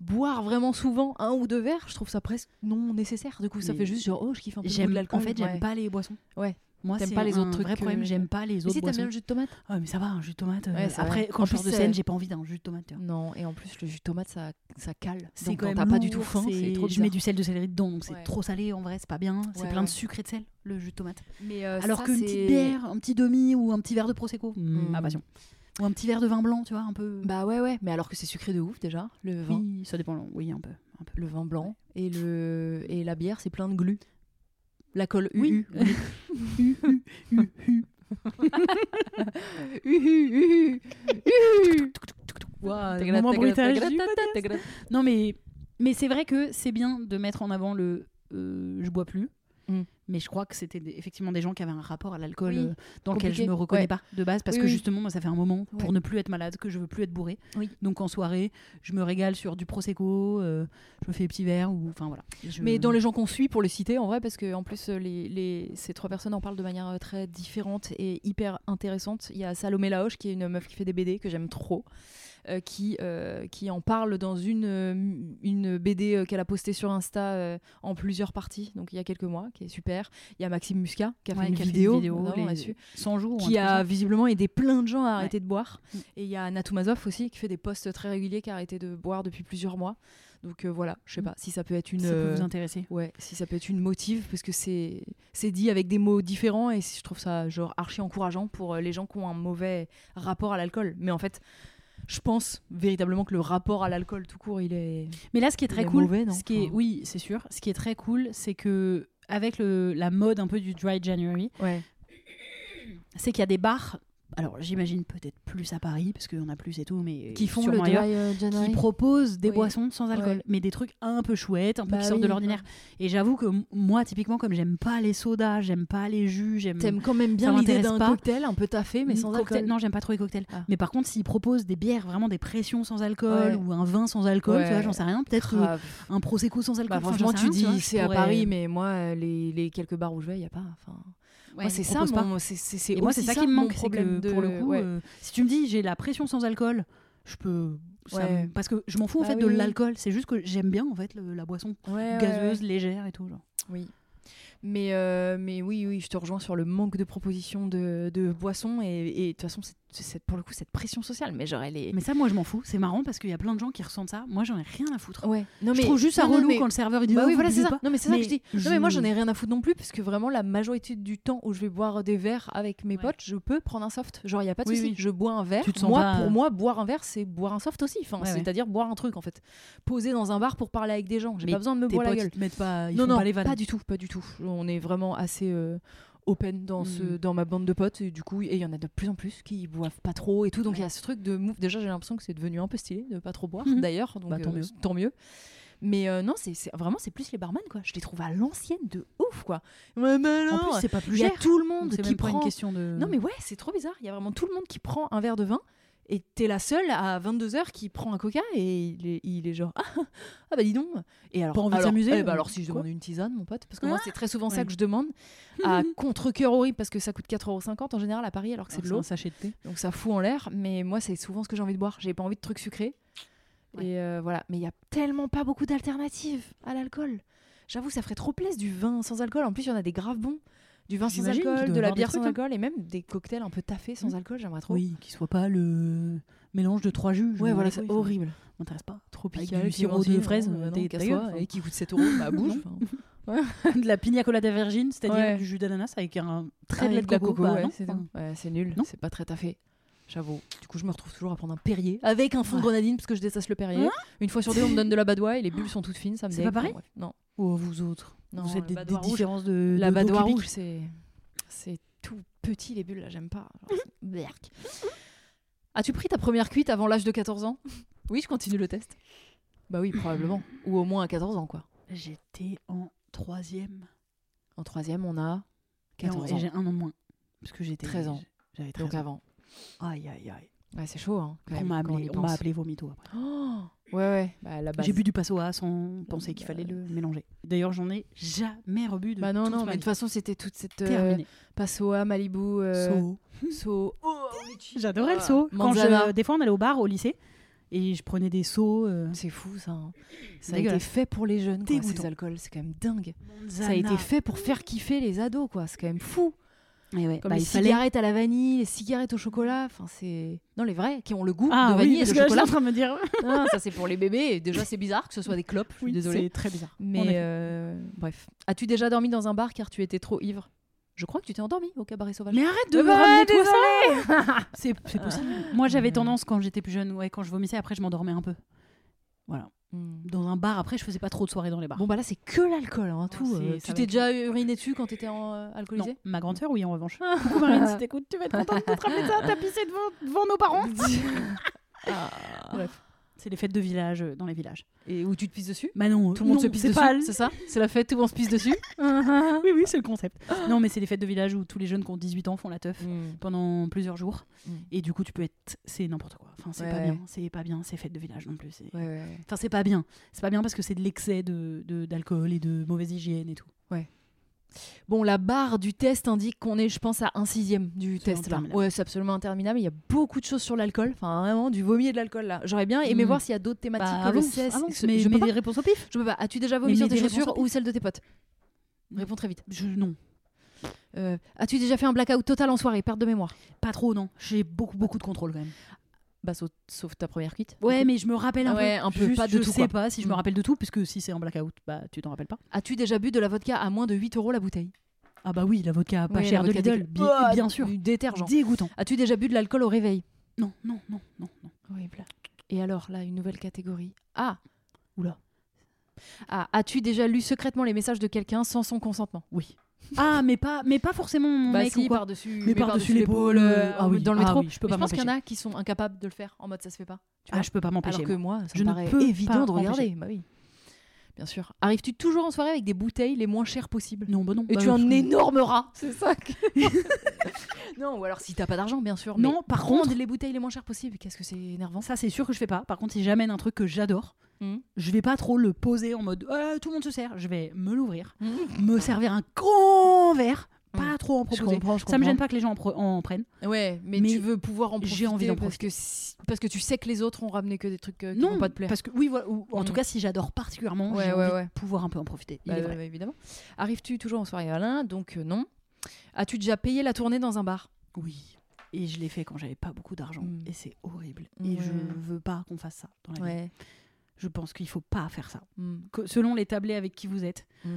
Speaker 1: boire vraiment souvent un ou deux verres, je trouve ça presque non nécessaire. Du coup, ça
Speaker 2: Mais
Speaker 1: fait juste genre oh, je kiffe un peu le goût de
Speaker 2: j'aime.
Speaker 1: l'alcool.
Speaker 2: En fait, j'aime
Speaker 1: ouais.
Speaker 2: pas les boissons.
Speaker 1: Ouais.
Speaker 2: Moi,
Speaker 1: T'aimes
Speaker 2: c'est
Speaker 1: pas les autres
Speaker 2: un
Speaker 1: trucs
Speaker 2: vrai
Speaker 1: que-
Speaker 2: problème. J'aime pas les
Speaker 1: Mais
Speaker 2: autres
Speaker 1: si t'aimes bien
Speaker 2: boissons.
Speaker 1: le jus de tomate
Speaker 2: Ah mais ça va, un jus de tomate. euh,
Speaker 1: Ouais, ça
Speaker 2: après,
Speaker 1: va.
Speaker 2: quand
Speaker 1: En
Speaker 2: je sors de
Speaker 1: plus,
Speaker 2: scène,
Speaker 1: euh,
Speaker 2: j'ai pas envie d'un jus de tomate. tu vois.
Speaker 1: Non, et en plus le jus de tomate ça ça cale.
Speaker 2: C'est
Speaker 1: Donc
Speaker 2: quand
Speaker 1: quand
Speaker 2: même
Speaker 1: t'as pas du tout
Speaker 2: lourd,
Speaker 1: faim, c'est trop
Speaker 2: Je mets
Speaker 1: bizarre.
Speaker 2: du sel de céleri dedans, donc c'est
Speaker 1: Ouais.
Speaker 2: trop salé en vrai, c'est pas bien. C'est
Speaker 1: Ouais, Bah,
Speaker 2: plein de
Speaker 1: ouais.
Speaker 2: sucre et de sel, le jus de tomate.
Speaker 1: Mais euh,
Speaker 2: Alors qu'une petite bière, un petit demi ou un petit verre de prosecco, mm, ma passion. Ou un petit verre de vin blanc, tu vois, un peu.
Speaker 1: Hmm. Bah ouais ouais, mais alors que c'est sucré de ouf déjà, le vin,
Speaker 2: oui, ça dépend. Oui, un peu, un peu.
Speaker 1: le vin blanc et le et la bière, c'est plein de glu. La colle UU.
Speaker 2: Hu, hu, hu, hu. Euh,
Speaker 1: Uhu, uhu, uhu.
Speaker 2: Ouah,
Speaker 1: Tagada,
Speaker 2: moment
Speaker 1: tagada,
Speaker 2: bruitage
Speaker 1: tagada,
Speaker 2: du
Speaker 1: tagada, tagada.
Speaker 2: Non mais mais c'est vrai que c'est bien de mettre en avant le euh, je bois plus
Speaker 1: Mm.
Speaker 2: Mais je crois que c'était des- effectivement des gens qui avaient un rapport à l'alcool
Speaker 1: Oui.
Speaker 2: euh, dans lequel je
Speaker 1: Compliqué.
Speaker 2: me reconnais
Speaker 1: Ouais.
Speaker 2: pas de base parce
Speaker 1: Oui,
Speaker 2: que
Speaker 1: oui.
Speaker 2: justement moi ça fait un moment pour
Speaker 1: Ouais.
Speaker 2: ne plus être malade que je veux plus être bourré.
Speaker 1: Oui.
Speaker 2: Donc en soirée, je me régale sur du prosecco, euh, je me fais des petits verres ou enfin voilà. Je-
Speaker 1: Mais dans les gens qu'on suit, pour les citer en vrai, parce que en plus euh, les, les- ces trois personnes en parlent de manière euh, très différente et hyper intéressante. Il y a Salomé Laoche qui est une meuf qui fait des BD que j'aime trop, euh, qui euh, qui en parle dans une euh, une BD euh, qu'elle a postée sur Insta euh, en plusieurs parties, donc il y a quelques mois, qui est super. Il y a Maxime Muscat qui a fait
Speaker 2: Ouais,
Speaker 1: une
Speaker 2: qui a fait
Speaker 1: vidéo,
Speaker 2: les
Speaker 1: vraiment là-dessus,
Speaker 2: 100 jours ou un
Speaker 1: qui
Speaker 2: truc comme
Speaker 1: a visiblement aidé plein de gens à arrêter de boire.
Speaker 2: Mm.
Speaker 1: Et il y a Anna Toumazov aussi qui fait des posts très réguliers, qui a arrêté de boire depuis plusieurs mois. Donc euh, voilà, je sais
Speaker 2: Mm.
Speaker 1: pas si ça peut être une
Speaker 2: ça peut
Speaker 1: euh,
Speaker 2: vous intéresser.
Speaker 1: Ouais, si ça peut être une motive, parce que c'est c'est dit avec des mots différents et je trouve ça genre archi encourageant pour euh, les gens qui ont un mauvais rapport à l'alcool. Mais en fait, je pense véritablement que le rapport à l'alcool tout court, il est.
Speaker 2: Mais là, ce qui est
Speaker 1: Il
Speaker 2: très
Speaker 1: est
Speaker 2: cool,
Speaker 1: mauvais, non
Speaker 2: ce qui est,
Speaker 1: Enfin.
Speaker 2: oui, c'est sûr. Ce qui est très cool, c'est que avec le, la mode un peu du dry January,
Speaker 1: Ouais.
Speaker 2: c'est qu'il y a des bars. Alors, j'imagine peut-être plus à Paris parce qu'on a plus et tout, mais
Speaker 1: Qui font le
Speaker 2: sûrement
Speaker 1: dry
Speaker 2: ailleurs,
Speaker 1: euh, January.
Speaker 2: qui proposent des
Speaker 1: Oui.
Speaker 2: boissons sans alcool,
Speaker 1: Ouais.
Speaker 2: mais des trucs un peu chouettes, un peu
Speaker 1: Bah
Speaker 2: qui sortent de
Speaker 1: oui,
Speaker 2: l'ordinaire. Et j'avoue que m- moi, typiquement, comme j'aime pas les sodas, j'aime pas les jus, j'aime
Speaker 1: T'aimes quand même bien
Speaker 2: Ça
Speaker 1: l'idée
Speaker 2: m'intéresse
Speaker 1: d'un
Speaker 2: pas.
Speaker 1: cocktail un peu taffé, mais
Speaker 2: Ni
Speaker 1: sans
Speaker 2: cocktail-
Speaker 1: alcool.
Speaker 2: Non, j'aime pas trop les cocktails.
Speaker 1: Ah.
Speaker 2: Mais par contre, s'ils proposent des bières, vraiment des pressions sans alcool
Speaker 1: Ouais.
Speaker 2: ou un vin sans alcool, tu vois,
Speaker 1: Ouais.
Speaker 2: j'en sais rien. Peut-être euh,
Speaker 1: Grave.
Speaker 2: un prosecco sans alcool.
Speaker 1: Bah,
Speaker 2: enfin, j'en sais
Speaker 1: franchement, tu
Speaker 2: rien, vois,
Speaker 1: dis
Speaker 2: je
Speaker 1: c'est à
Speaker 2: pourrais-
Speaker 1: Paris, mais moi, euh, les, les quelques bars où je vais, il n'y a pas. Enfin,
Speaker 2: Ouais,
Speaker 1: moi,
Speaker 2: ils
Speaker 1: c'est ça,
Speaker 2: proposent pas.
Speaker 1: mon- c'est- c'est c'est
Speaker 2: Et moi, c'est
Speaker 1: aussi
Speaker 2: ça qui me
Speaker 1: mon
Speaker 2: manque, c'est que
Speaker 1: problème de-
Speaker 2: pour le coup,
Speaker 1: ouais.
Speaker 2: euh, si tu me dis j'ai la pression sans alcool, je peux. ça
Speaker 1: Ouais.
Speaker 2: me- Parce que je m'en fous en
Speaker 1: Bah
Speaker 2: fait
Speaker 1: oui,
Speaker 2: de
Speaker 1: oui.
Speaker 2: l'alcool, c'est juste que j'aime bien en fait le- la boisson
Speaker 1: Ouais, ouais, ouais.
Speaker 2: euh, gazeuse, légère et tout. genre.
Speaker 1: Oui. Mais, euh, mais oui, oui, je te rejoins sur le manque de propositions de, de boissons et et de toute façon, c'est- c'est pour le coup cette pression sociale. Mais genre, elle est.
Speaker 2: Mais ça, moi je m'en fous, c'est marrant parce qu'il y a plein de gens qui ressentent ça. Moi j'en ai rien à foutre.
Speaker 1: Ouais. Non,
Speaker 2: je
Speaker 1: mais-
Speaker 2: trouve juste ça
Speaker 1: non, non,
Speaker 2: relou
Speaker 1: mais-
Speaker 2: quand le serveur il dit
Speaker 1: bah
Speaker 2: Oh,
Speaker 1: oui,
Speaker 2: vous
Speaker 1: voilà, c'est
Speaker 2: buvez
Speaker 1: ça.
Speaker 2: pas.
Speaker 1: Non, mais c'est ça que je
Speaker 2: Mais
Speaker 1: dis. Non, mais moi,
Speaker 2: je-
Speaker 1: j'en ai rien à foutre non plus, parce que vraiment, la majorité du temps où je vais boire des verres avec mes
Speaker 2: Ouais.
Speaker 1: potes, je peux prendre un soft. Genre, il n'y a pas de
Speaker 2: Oui,
Speaker 1: souci.
Speaker 2: oui.
Speaker 1: Je bois un verre.
Speaker 2: Tu te sens
Speaker 1: moi,
Speaker 2: pas, euh,
Speaker 1: pour moi, boire un verre, c'est boire un soft aussi. Enfin,
Speaker 2: Ouais, ouais.
Speaker 1: c'est-à-dire boire un truc, en fait. Poser dans un bar pour parler avec des gens. J'ai
Speaker 2: Mais
Speaker 1: pas besoin de me
Speaker 2: Tes
Speaker 1: boire la
Speaker 2: potes,
Speaker 1: gueule.
Speaker 2: ils te mettent pas, ils
Speaker 1: non,
Speaker 2: font
Speaker 1: non,
Speaker 2: pas les vannes.
Speaker 1: du tout, pas du tout. On est vraiment assez euh, open dans, ce,
Speaker 2: Mm.
Speaker 1: dans ma bande de potes, et du coup, et il y en a de plus en plus qui boivent pas trop et tout. Donc il y a ce truc de move. Déjà, j'ai l'impression que c'est devenu un peu stylé de pas trop boire,
Speaker 2: Mhm.
Speaker 1: d'ailleurs. Donc
Speaker 2: Bah, tant
Speaker 1: euh,
Speaker 2: mieux.
Speaker 1: tant mieux. Mais euh, non, c'est c'est- vraiment, c'est plus les barman, quoi. Je les trouve à l'ancienne de ouf, quoi. Ouais, mais
Speaker 2: En
Speaker 1: alors,
Speaker 2: plus, c'est pas plus
Speaker 1: il y a
Speaker 2: cher.
Speaker 1: tout le monde
Speaker 2: C'est
Speaker 1: qui
Speaker 2: même pas une
Speaker 1: prend.
Speaker 2: question de.
Speaker 1: Non, mais ouais, c'est trop bizarre. Il y a vraiment tout le monde qui prend un verre de vin. Et t'es la seule à 22h qui prend un coca et il est, il est genre ah, ah bah dis donc et alors
Speaker 2: Pas envie de
Speaker 1: alors,
Speaker 2: s'amuser,
Speaker 1: eh bah
Speaker 2: euh,
Speaker 1: alors si je
Speaker 2: quoi
Speaker 1: demande une tisane mon pote parce que moi c'est très souvent
Speaker 2: Ouais.
Speaker 1: ça que je demande à contre cœur horrible parce que ça coûte 4,50€ en général à Paris alors que c'est
Speaker 2: Alors,
Speaker 1: de l'eau
Speaker 2: un sachet de thé.
Speaker 1: donc ça fout en l'air mais moi c'est souvent ce que j'ai envie de boire j'ai pas envie de trucs sucrés
Speaker 2: Ouais.
Speaker 1: et euh, voilà mais il y a tellement pas beaucoup d'alternatives à l'alcool j'avoue ça ferait trop plaisir du vin sans alcool en plus il y en a des graves bons du vin sans
Speaker 2: J'imagine qu'il
Speaker 1: alcool
Speaker 2: doit y
Speaker 1: de la
Speaker 2: avoir des
Speaker 1: bière sans
Speaker 2: trucs, hein.
Speaker 1: alcool et même des cocktails un peu taffés sans
Speaker 2: Mm.
Speaker 1: alcool j'aimerais trop
Speaker 2: Oui, qui soit pas le mélange de trois jus. je
Speaker 1: ouais
Speaker 2: m'en
Speaker 1: voilà
Speaker 2: bats les
Speaker 1: c'est
Speaker 2: couilles, enfin,
Speaker 1: horrible
Speaker 2: M'intéresse pas.
Speaker 1: tropical
Speaker 2: du sirop
Speaker 1: clémentine,
Speaker 2: de fraise,
Speaker 1: non,
Speaker 2: euh,
Speaker 1: non,
Speaker 2: t'es- ta
Speaker 1: casse-toi, hein.
Speaker 2: gueule, enfin.
Speaker 1: et qui coûte 7 euros bah bouge
Speaker 2: Non.
Speaker 1: enfin.
Speaker 2: de la pina colada virgin, c'est-à-dire
Speaker 1: hein. Ouais.
Speaker 2: du jus d'ananas avec un trait de lait
Speaker 1: Avec
Speaker 2: de coco. bah
Speaker 1: ouais,
Speaker 2: non,
Speaker 1: c'est
Speaker 2: enfin,
Speaker 1: dingue. Ouais, c'est nul,
Speaker 2: Non.
Speaker 1: c'est pas très taffé. J'avoue. Du coup, je me retrouve toujours à prendre un Perrier avec un fond de grenadine parce que je déteste le Perrier.
Speaker 2: Hein
Speaker 1: Une fois sur deux, on me donne de la badoie et les bulles sont toutes fines, ça me
Speaker 2: C'est
Speaker 1: dégoûte.
Speaker 2: pas pareil
Speaker 1: Bon, bref, Non.
Speaker 2: Oh, vous autres.
Speaker 1: Non,
Speaker 2: vous êtes
Speaker 1: le
Speaker 2: des, des
Speaker 1: badois rouge.
Speaker 2: différences de.
Speaker 1: La
Speaker 2: de-
Speaker 1: badoie
Speaker 2: d'occupy.
Speaker 1: rouge, c'est c'est tout petit les bulles là, j'aime pas. Genre, c'est- Berk. As-tu pris ta première cuite avant l'âge de 14 ans Oui, je continue le test. Bah oui, probablement. Ou au moins à 14 ans quoi.
Speaker 2: J'étais en troisième.
Speaker 1: En troisième, on a
Speaker 2: Et en-
Speaker 1: 14
Speaker 2: et
Speaker 1: ans.
Speaker 2: j'ai un an de moins. Parce que j'étais.
Speaker 1: 13 ans.
Speaker 2: J'avais 13
Speaker 1: Donc ah,
Speaker 2: ans.
Speaker 1: avant.
Speaker 2: Aïe, aïe, aïe.
Speaker 1: Ouais, c'est chaud hein. quand
Speaker 2: On
Speaker 1: même,
Speaker 2: m'a
Speaker 1: quand on
Speaker 2: appelé,
Speaker 1: y
Speaker 2: on m'a
Speaker 1: pense.
Speaker 2: appelé vomito après.
Speaker 1: Oh ouais, ouais. Bah, la base.
Speaker 2: J'ai bu du passoa sans penser qu'il
Speaker 1: bah,
Speaker 2: fallait le mélanger. D'ailleurs, j'en ai jamais rebu de.
Speaker 1: Bah non,
Speaker 2: toute
Speaker 1: non,
Speaker 2: ma
Speaker 1: mais de toute
Speaker 2: vie.
Speaker 1: façon, c'était toute cette. Euh,
Speaker 2: Terminé.
Speaker 1: Passoa, Malibu, euh, Oh,
Speaker 2: So.
Speaker 1: So.
Speaker 2: J'adorais le
Speaker 1: Ah,
Speaker 2: seau. Quand je,
Speaker 1: Manzana.
Speaker 2: des fois, on allait au bar au lycée et je prenais des seaux. euh,
Speaker 1: C'est fou ça. hein. Ça a été
Speaker 2: Dégueulasse.
Speaker 1: fait pour les jeunes, quoi,
Speaker 2: Dégoûtant.
Speaker 1: ces alcools. C'est quand même dingue. Ça a été fait pour faire kiffer les ados, quoi. C'est quand même fou.
Speaker 2: Et ouais,
Speaker 1: Comme
Speaker 2: bah,
Speaker 1: les
Speaker 2: il fallait.
Speaker 1: cigarettes à la vanille, les cigarettes au chocolat. Enfin, c'est. Non, les vrais, qui ont le goût
Speaker 2: Ah
Speaker 1: de
Speaker 2: oui,
Speaker 1: vanille et de
Speaker 2: parce que là, je suis
Speaker 1: chocolat.
Speaker 2: en train de me dire.
Speaker 1: Ah, ça, c'est pour les bébés. Et déjà, c'est bizarre que ce soit des clopes. Je suis
Speaker 2: Oui,
Speaker 1: désolée.
Speaker 2: C'est très bizarre. En
Speaker 1: Mais
Speaker 2: effet.
Speaker 1: euh, bref. As-tu déjà dormi dans un bar car tu étais trop ivre Je crois que tu t'es endormi au cabaret sauvage.
Speaker 2: Mais arrête de
Speaker 1: Euh,
Speaker 2: me
Speaker 1: bah,
Speaker 2: ramener toi ça Ah. C'est c'est possible. Moi j'avais
Speaker 1: Mm.
Speaker 2: tendance quand j'étais plus jeune, ouais, quand je vomissais après je m'endormais un peu. Voilà.
Speaker 1: Hmm.
Speaker 2: Dans un bar après je faisais pas trop de soirées dans les bars.
Speaker 1: Bon bah là c'est que l'alcool hein, tout.
Speaker 2: c'est-
Speaker 1: euh,
Speaker 2: ça
Speaker 1: tu
Speaker 2: va
Speaker 1: t'es
Speaker 2: être-
Speaker 1: déjà uriné dessus quand t'étais en euh,
Speaker 2: non,
Speaker 1: alcoolisé
Speaker 2: ma grande sœur oui en revanche. Coucou Marine, si t'écoutes, tu vas être contente de te rappeler ça, t'as pissé devant, devant nos parents.
Speaker 1: Ah.
Speaker 2: Bref. C'est les fêtes de village euh, dans les villages.
Speaker 1: Et où tu te pisses dessus
Speaker 2: Bah non,
Speaker 1: Tout le monde
Speaker 2: non,
Speaker 1: se pisse
Speaker 2: c'est
Speaker 1: dessus,
Speaker 2: pas-
Speaker 1: c'est ça C'est la fête, tout le monde se pisse dessus
Speaker 2: Oui, oui, c'est le concept. non, mais c'est les fêtes de village où tous les jeunes qui ont 18 ans font la teuf
Speaker 1: Mm.
Speaker 2: pendant plusieurs jours.
Speaker 1: Mm.
Speaker 2: Et du coup, tu peux être. C'est n'importe quoi. Enfin, c'est pas
Speaker 1: Ouais.
Speaker 2: bien. C'est pas bien. C'est fêtes de village non plus. c'est-
Speaker 1: Ouais, ouais, ouais.
Speaker 2: Enfin, c'est pas bien. C'est pas bien parce que c'est de l'excès d'alcool de, d'alcool et de mauvaise hygiène et tout.
Speaker 1: Bon, la barre du test indique qu'on est, je pense, à un sixième du
Speaker 2: C'est
Speaker 1: test là.
Speaker 2: interminable.
Speaker 1: Ouais, c'est absolument interminable. Il y a beaucoup de choses sur l'alcool. Enfin, vraiment, du vomi et de l'alcool là. J'aurais bien aimé
Speaker 2: Mm.
Speaker 1: voir s'il y a d'autres thématiques
Speaker 2: Bah,
Speaker 1: que le
Speaker 2: avance,
Speaker 1: CS.
Speaker 2: avance,
Speaker 1: Je-
Speaker 2: mais
Speaker 1: je,
Speaker 2: mets
Speaker 1: peux pas.
Speaker 2: des réponses au pif.
Speaker 1: Je peux pas. As-tu déjà
Speaker 2: Mais
Speaker 1: vomi sur
Speaker 2: mets
Speaker 1: tes
Speaker 2: des réponses
Speaker 1: chaussures
Speaker 2: au pif.
Speaker 1: ou celles de tes potes
Speaker 2: Mm.
Speaker 1: Réponds très vite.
Speaker 2: Je- non,
Speaker 1: Euh, As-tu déjà fait un blackout total en soirée Perte de mémoire
Speaker 2: pas trop, non. J'ai beaucoup, beaucoup de contrôle quand même.
Speaker 1: Bah, sauf, sauf ta première cuite.
Speaker 2: Ouais, mais je me rappelle un
Speaker 1: Ouais,
Speaker 2: peu.
Speaker 1: un peu,
Speaker 2: Juste,
Speaker 1: pas de
Speaker 2: je
Speaker 1: tout,
Speaker 2: sais
Speaker 1: quoi.
Speaker 2: pas si je me
Speaker 1: Mm.
Speaker 2: rappelle de tout, puisque si c'est en blackout, bah tu t'en rappelles pas.
Speaker 1: As-tu déjà bu de la vodka à moins de 8 euros la bouteille
Speaker 2: Ah bah oui, la vodka pas
Speaker 1: Ouais, la
Speaker 2: chère de
Speaker 1: vodka
Speaker 2: Lidl,
Speaker 1: dégueu-
Speaker 2: bi-
Speaker 1: Ah,
Speaker 2: bien sûr.
Speaker 1: Du détergent.
Speaker 2: Dégoûtant.
Speaker 1: As-tu déjà bu de l'alcool au réveil
Speaker 2: Non, non, non, non, non.
Speaker 1: Horrible. Et alors, là, une nouvelle catégorie. Ah Oula. Ah, as-tu déjà lu secrètement les messages de quelqu'un sans son consentement
Speaker 2: Oui. Ah, mais pas, Mmh, mais pas forcément mon
Speaker 1: Bah
Speaker 2: mec
Speaker 1: si,
Speaker 2: ou quoi.
Speaker 1: par-dessus
Speaker 2: Mais par-dessus l'épaule,
Speaker 1: euh,
Speaker 2: ah oui,
Speaker 1: dans le
Speaker 2: ah
Speaker 1: métro.
Speaker 2: oui, je peux
Speaker 1: Mais
Speaker 2: pas
Speaker 1: pense qu'il y en
Speaker 2: m'empêcher.
Speaker 1: a qui sont incapables de le faire, en mode ça se fait pas. tu
Speaker 2: Ah,
Speaker 1: vois.
Speaker 2: je peux pas m'empêcher.
Speaker 1: Alors que
Speaker 2: moi.
Speaker 1: moi, ça
Speaker 2: Je
Speaker 1: me
Speaker 2: ne
Speaker 1: paraît
Speaker 2: peux pas
Speaker 1: évident de regarder.
Speaker 2: empêcher.
Speaker 1: Bah oui. Bien sûr. Arrives-tu toujours en soirée avec des bouteilles les moins chères possibles
Speaker 2: Non, bah non.
Speaker 1: Et
Speaker 2: bah,
Speaker 1: tu
Speaker 2: je-
Speaker 1: es un énorme rat, c'est ça que- Non, ou alors si t'as pas d'argent, bien sûr. mais
Speaker 2: Non, par contre,
Speaker 1: prendre les bouteilles les moins chères possibles, qu'est-ce que c'est énervant
Speaker 2: ça c'est sûr que je fais pas. Par contre, si j'amène un truc que j'adore,
Speaker 1: Mhm.
Speaker 2: je vais pas trop le poser en mode Ah, tout le monde se sert. Je vais me l'ouvrir,
Speaker 1: Mmh,
Speaker 2: me servir un grand verre, pas trop en proposer.
Speaker 1: comprends, Hmm. je
Speaker 2: Ça me gêne
Speaker 1: comprends.
Speaker 2: pas que les gens en, pre- en prennent.
Speaker 1: Ouais, mais,
Speaker 2: Mais
Speaker 1: tu veux pouvoir en profiter.
Speaker 2: j'ai envie d'en
Speaker 1: parce que si- parce que tu sais que les autres ont ramené que des trucs euh, qui
Speaker 2: non,
Speaker 1: vont pas te plaire.
Speaker 2: parce que oui, voilà, ou- en
Speaker 1: Mhm.
Speaker 2: tout cas, si j'adore particulièrement,
Speaker 1: Ouais,
Speaker 2: j'ai
Speaker 1: ouais,
Speaker 2: envie
Speaker 1: ouais.
Speaker 2: de pouvoir un peu en profiter. Il
Speaker 1: Bah,
Speaker 2: est vrai.
Speaker 1: euh, évidemment. Arrives-tu toujours en soirée à l'un Donc euh, non. As-tu déjà payé la tournée dans un bar
Speaker 2: Oui. Et je l'ai fait quand j'avais pas beaucoup d'argent.
Speaker 1: Mm.
Speaker 2: Et c'est horrible.
Speaker 1: Ouais.
Speaker 2: Et je veux pas qu'on fasse ça dans la vie. Je pense qu'il faut pas faire ça.
Speaker 1: Mm.
Speaker 2: Que- selon les tablés avec qui vous êtes,
Speaker 1: Mm.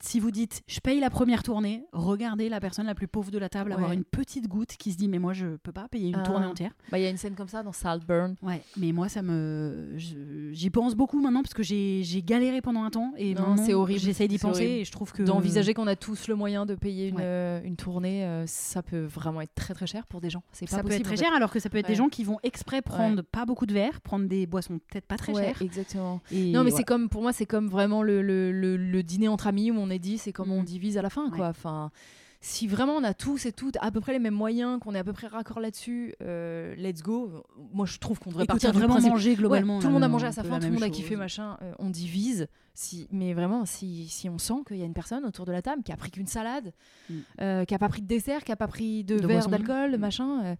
Speaker 2: si vous dites je paye la première tournée, regardez la personne la plus pauvre de la table avoir
Speaker 1: Ouais.
Speaker 2: une petite goutte qui se dit mais moi je peux pas payer une
Speaker 1: Ah.
Speaker 2: tournée entière.
Speaker 1: Bah il y a une scène comme ça dans Saltburn.
Speaker 2: Ouais, mais moi ça me. je- J'y pense beaucoup maintenant parce que j'ai j'ai galéré pendant un temps et
Speaker 1: Non,
Speaker 2: maintenant,
Speaker 1: c'est horrible.
Speaker 2: J'essaye d'y
Speaker 1: C'est
Speaker 2: penser
Speaker 1: horrible.
Speaker 2: et je trouve que.
Speaker 1: d'envisager qu'on a tous le moyen de payer une,
Speaker 2: Ouais.
Speaker 1: euh, une tournée, euh, ça peut vraiment être très très cher pour des gens. C'est pas
Speaker 2: Ça peut être
Speaker 1: possible, en
Speaker 2: très
Speaker 1: fait.
Speaker 2: cher alors que ça peut être
Speaker 1: Ouais.
Speaker 2: des gens qui vont exprès prendre pas beaucoup de verres, prendre des boissons peut-être pas très
Speaker 1: Ouais,
Speaker 2: chères.
Speaker 1: exactement.
Speaker 2: et
Speaker 1: non, mais
Speaker 2: voilà.
Speaker 1: c'est comme pour moi, c'est comme vraiment le, le, le- le dîner entre amis où on est dit, c'est comme on
Speaker 2: Mhm.
Speaker 1: divise à la fin, quoi. Enfin, si vraiment on a tous et toutes à peu près les mêmes moyens, qu'on est à peu près raccord là-dessus, euh, let's go. Moi, je trouve qu'on devrait
Speaker 2: Écoute,
Speaker 1: partir
Speaker 2: on a
Speaker 1: du
Speaker 2: vraiment
Speaker 1: principe-
Speaker 2: mangé
Speaker 1: Ouais,
Speaker 2: globalement.
Speaker 1: tout
Speaker 2: la
Speaker 1: le monde a
Speaker 2: même-
Speaker 1: mangé à sa
Speaker 2: un peu
Speaker 1: faim,
Speaker 2: la
Speaker 1: tout le
Speaker 2: même
Speaker 1: monde a
Speaker 2: chose.
Speaker 1: kiffé, machin. euh, on divise. Si, mais vraiment, si, si on sent qu'il y a une personne autour de la table qui a pris qu'une salade,
Speaker 2: Mm.
Speaker 1: euh, qui a pas pris de dessert, qui a pas pris de,
Speaker 2: De
Speaker 1: verre
Speaker 2: boisson.
Speaker 1: d'alcool, de
Speaker 2: Mm.
Speaker 1: machin, euh,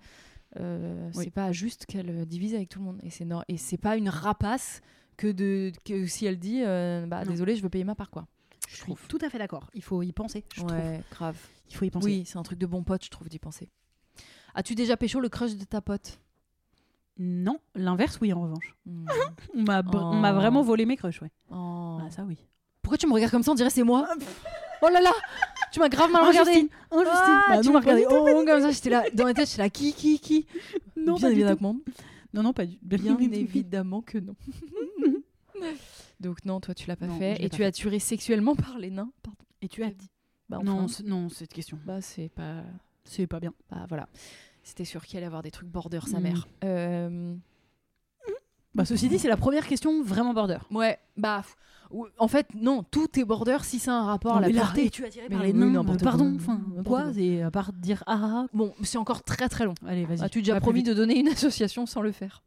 Speaker 1: euh,
Speaker 2: Oui.
Speaker 1: c'est pas juste qu'elle euh, divise avec tout le monde. Et c'est nor- et c'est pas une rapace que de que si elle dit, euh, bah
Speaker 2: Non.
Speaker 1: désolé, je veux payer ma part quoi.
Speaker 2: Je suis tout à fait d'accord. Il faut y penser, je trouve.
Speaker 1: ouais, grave.
Speaker 2: Il faut y penser.
Speaker 1: Oui, c'est un truc de bon pote, je trouve d'y penser. As-tu déjà pécho le crush de ta pote
Speaker 2: Non, l'inverse, oui, en revanche.
Speaker 1: Mm.
Speaker 2: On m'a br- on m'a
Speaker 1: Oh.
Speaker 2: vraiment volé mes crushs, ouais.
Speaker 1: Oh.
Speaker 2: Ah, ça, oui.
Speaker 1: Pourquoi tu me regardes comme ça On dirait c'est moi. Oh là là Tu m'as grave mal regardé.
Speaker 2: Justine Oh, Justine
Speaker 1: Ah,
Speaker 2: Bah,
Speaker 1: tu
Speaker 2: non,
Speaker 1: m'as
Speaker 2: regardez.
Speaker 1: regardé
Speaker 2: Oh,
Speaker 1: oh, comme ça, j'étais là dans ma tête, j'étais là qui qui qui
Speaker 2: non,
Speaker 1: Bien
Speaker 2: pas du
Speaker 1: évidemment,
Speaker 2: tout. Non, non, pas du
Speaker 1: bien
Speaker 2: du tout.
Speaker 1: évidemment que non. Donc non, toi tu l'as pas
Speaker 2: Non, je
Speaker 1: fait
Speaker 2: l'ai
Speaker 1: et
Speaker 2: pas
Speaker 1: tu as tué sexuellement par les nains. Pardon.
Speaker 2: Et tu as dit
Speaker 1: Bah, enfin,
Speaker 2: Non, c'est- non, cette question.
Speaker 1: bah c'est pas
Speaker 2: C'est pas bien.
Speaker 1: bah voilà. C'était sûr qu'il allait avoir des trucs border sa
Speaker 2: Mm.
Speaker 1: mère. Euh,
Speaker 2: Bah, ceci dit, c'est la première question vraiment border.
Speaker 1: Ouais, bah f- ou- en fait non, tout est border si c'est un rapport
Speaker 2: Non,
Speaker 1: à
Speaker 2: mais là,
Speaker 1: la portée.
Speaker 2: et tu as tiré
Speaker 1: Mais
Speaker 2: par les
Speaker 1: oui,
Speaker 2: nains.
Speaker 1: n'importe
Speaker 2: euh, Pardon,
Speaker 1: quoi.
Speaker 2: enfin,
Speaker 1: N'importe
Speaker 2: quoi
Speaker 1: quoi.
Speaker 2: C'est à part dire ah,
Speaker 1: Bon, c'est encore très très long.
Speaker 2: ah. Allez, vas-y.
Speaker 1: As-tu déjà
Speaker 2: Va plus
Speaker 1: promis
Speaker 2: vite.
Speaker 1: de donner une association sans le faire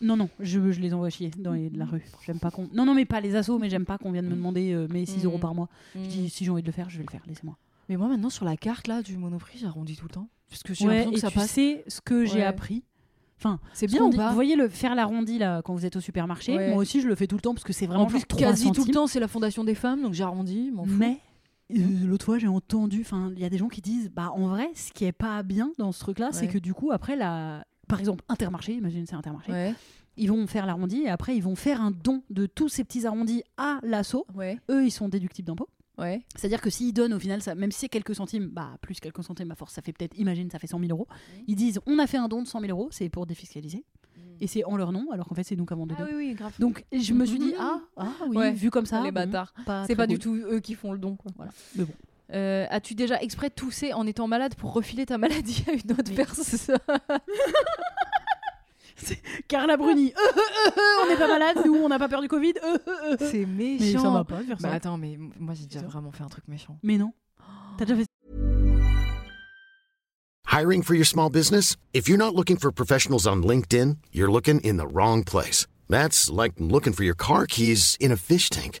Speaker 2: Non, non, je, je les envoie chier dans les, de la rue. J'aime pas qu'on. Non, non, mais pas les assos, mais j'aime pas qu'on vienne me demander euh, mes 6
Speaker 1: Mm. Mm.
Speaker 2: euros par mois. Je
Speaker 1: Mm.
Speaker 2: dis, si j'ai envie de le faire, je vais le faire, laissez-moi.
Speaker 1: Mais moi maintenant sur la carte là du Monoprix, j'arrondis tout le temps parce que j'ai
Speaker 2: Ouais,
Speaker 1: l'impression
Speaker 2: et
Speaker 1: que ça
Speaker 2: tu
Speaker 1: passe.
Speaker 2: sais ce que j'ai
Speaker 1: Ouais.
Speaker 2: appris
Speaker 1: C'est
Speaker 2: Parce
Speaker 1: bien
Speaker 2: qu'on
Speaker 1: ou
Speaker 2: dit-
Speaker 1: pas
Speaker 2: Vous voyez le faire l'arrondi là quand vous êtes au supermarché.
Speaker 1: Ouais.
Speaker 2: Moi aussi je le fais tout le temps parce que c'est vraiment
Speaker 1: En plus,
Speaker 2: genre 3
Speaker 1: quasi tout le
Speaker 2: centimes.
Speaker 1: temps, c'est la Fondation des femmes, donc j'arrondis. m'en fous.
Speaker 2: Mais euh, l'autre fois j'ai entendu, enfin il y a des gens qui disent bah en vrai ce qui est pas bien dans ce truc là c'est
Speaker 1: Ouais.
Speaker 2: que du coup après la par exemple Intermarché, imagine c'est Intermarché,
Speaker 1: Ouais,
Speaker 2: ils vont faire l'arrondi et après ils vont faire un don de tous ces petits arrondis à l'assaut.
Speaker 1: ouais,
Speaker 2: Eux ils sont déductibles d'impôts.
Speaker 1: ouais.
Speaker 2: C'est-à-dire que s'ils donnent au final, ça, même si c'est quelques centimes, bah plus quelques centimes à force, ça fait peut-être, imagine, ça fait 100 000 euros.
Speaker 1: Mmh.
Speaker 2: Ils disent on a fait un don de 100 000 euros, c'est pour défiscaliser et c'est en leur nom alors qu'en fait c'est nous qui avons donné.
Speaker 1: Hmm. Ah oui, oui, grave.
Speaker 2: Donc je me suis dit
Speaker 1: Mhm.
Speaker 2: ah ah oui
Speaker 1: Ouais,
Speaker 2: vu comme ça
Speaker 1: les
Speaker 2: bon, Ah,
Speaker 1: bâtards.
Speaker 2: très
Speaker 1: C'est pas du
Speaker 2: cool.
Speaker 1: tout eux qui font le don. quoi.
Speaker 2: Voilà. Mais bon.
Speaker 1: Euh, As-tu déjà exprès toussé en étant malade pour refiler ta maladie à une autre
Speaker 2: Mais-
Speaker 1: personne
Speaker 2: Carla Bruni, euh, euh, euh, euh, on n'est pas malade, nous, on n'a pas peur du Covid. euh, euh, euh.
Speaker 1: C'est
Speaker 2: Mais
Speaker 1: méchant.
Speaker 2: ça va pas de faire
Speaker 1: Bah
Speaker 2: ça.
Speaker 1: attends, mais m- moi j'ai déjà
Speaker 2: Bizarre.
Speaker 1: vraiment fait un truc méchant.
Speaker 2: Mais non. T'as déjà fait
Speaker 4: Hiring for your small business? If you're not looking for professionals on LinkedIn, you're looking in the wrong place. That's like looking for your car keys in a fish tank.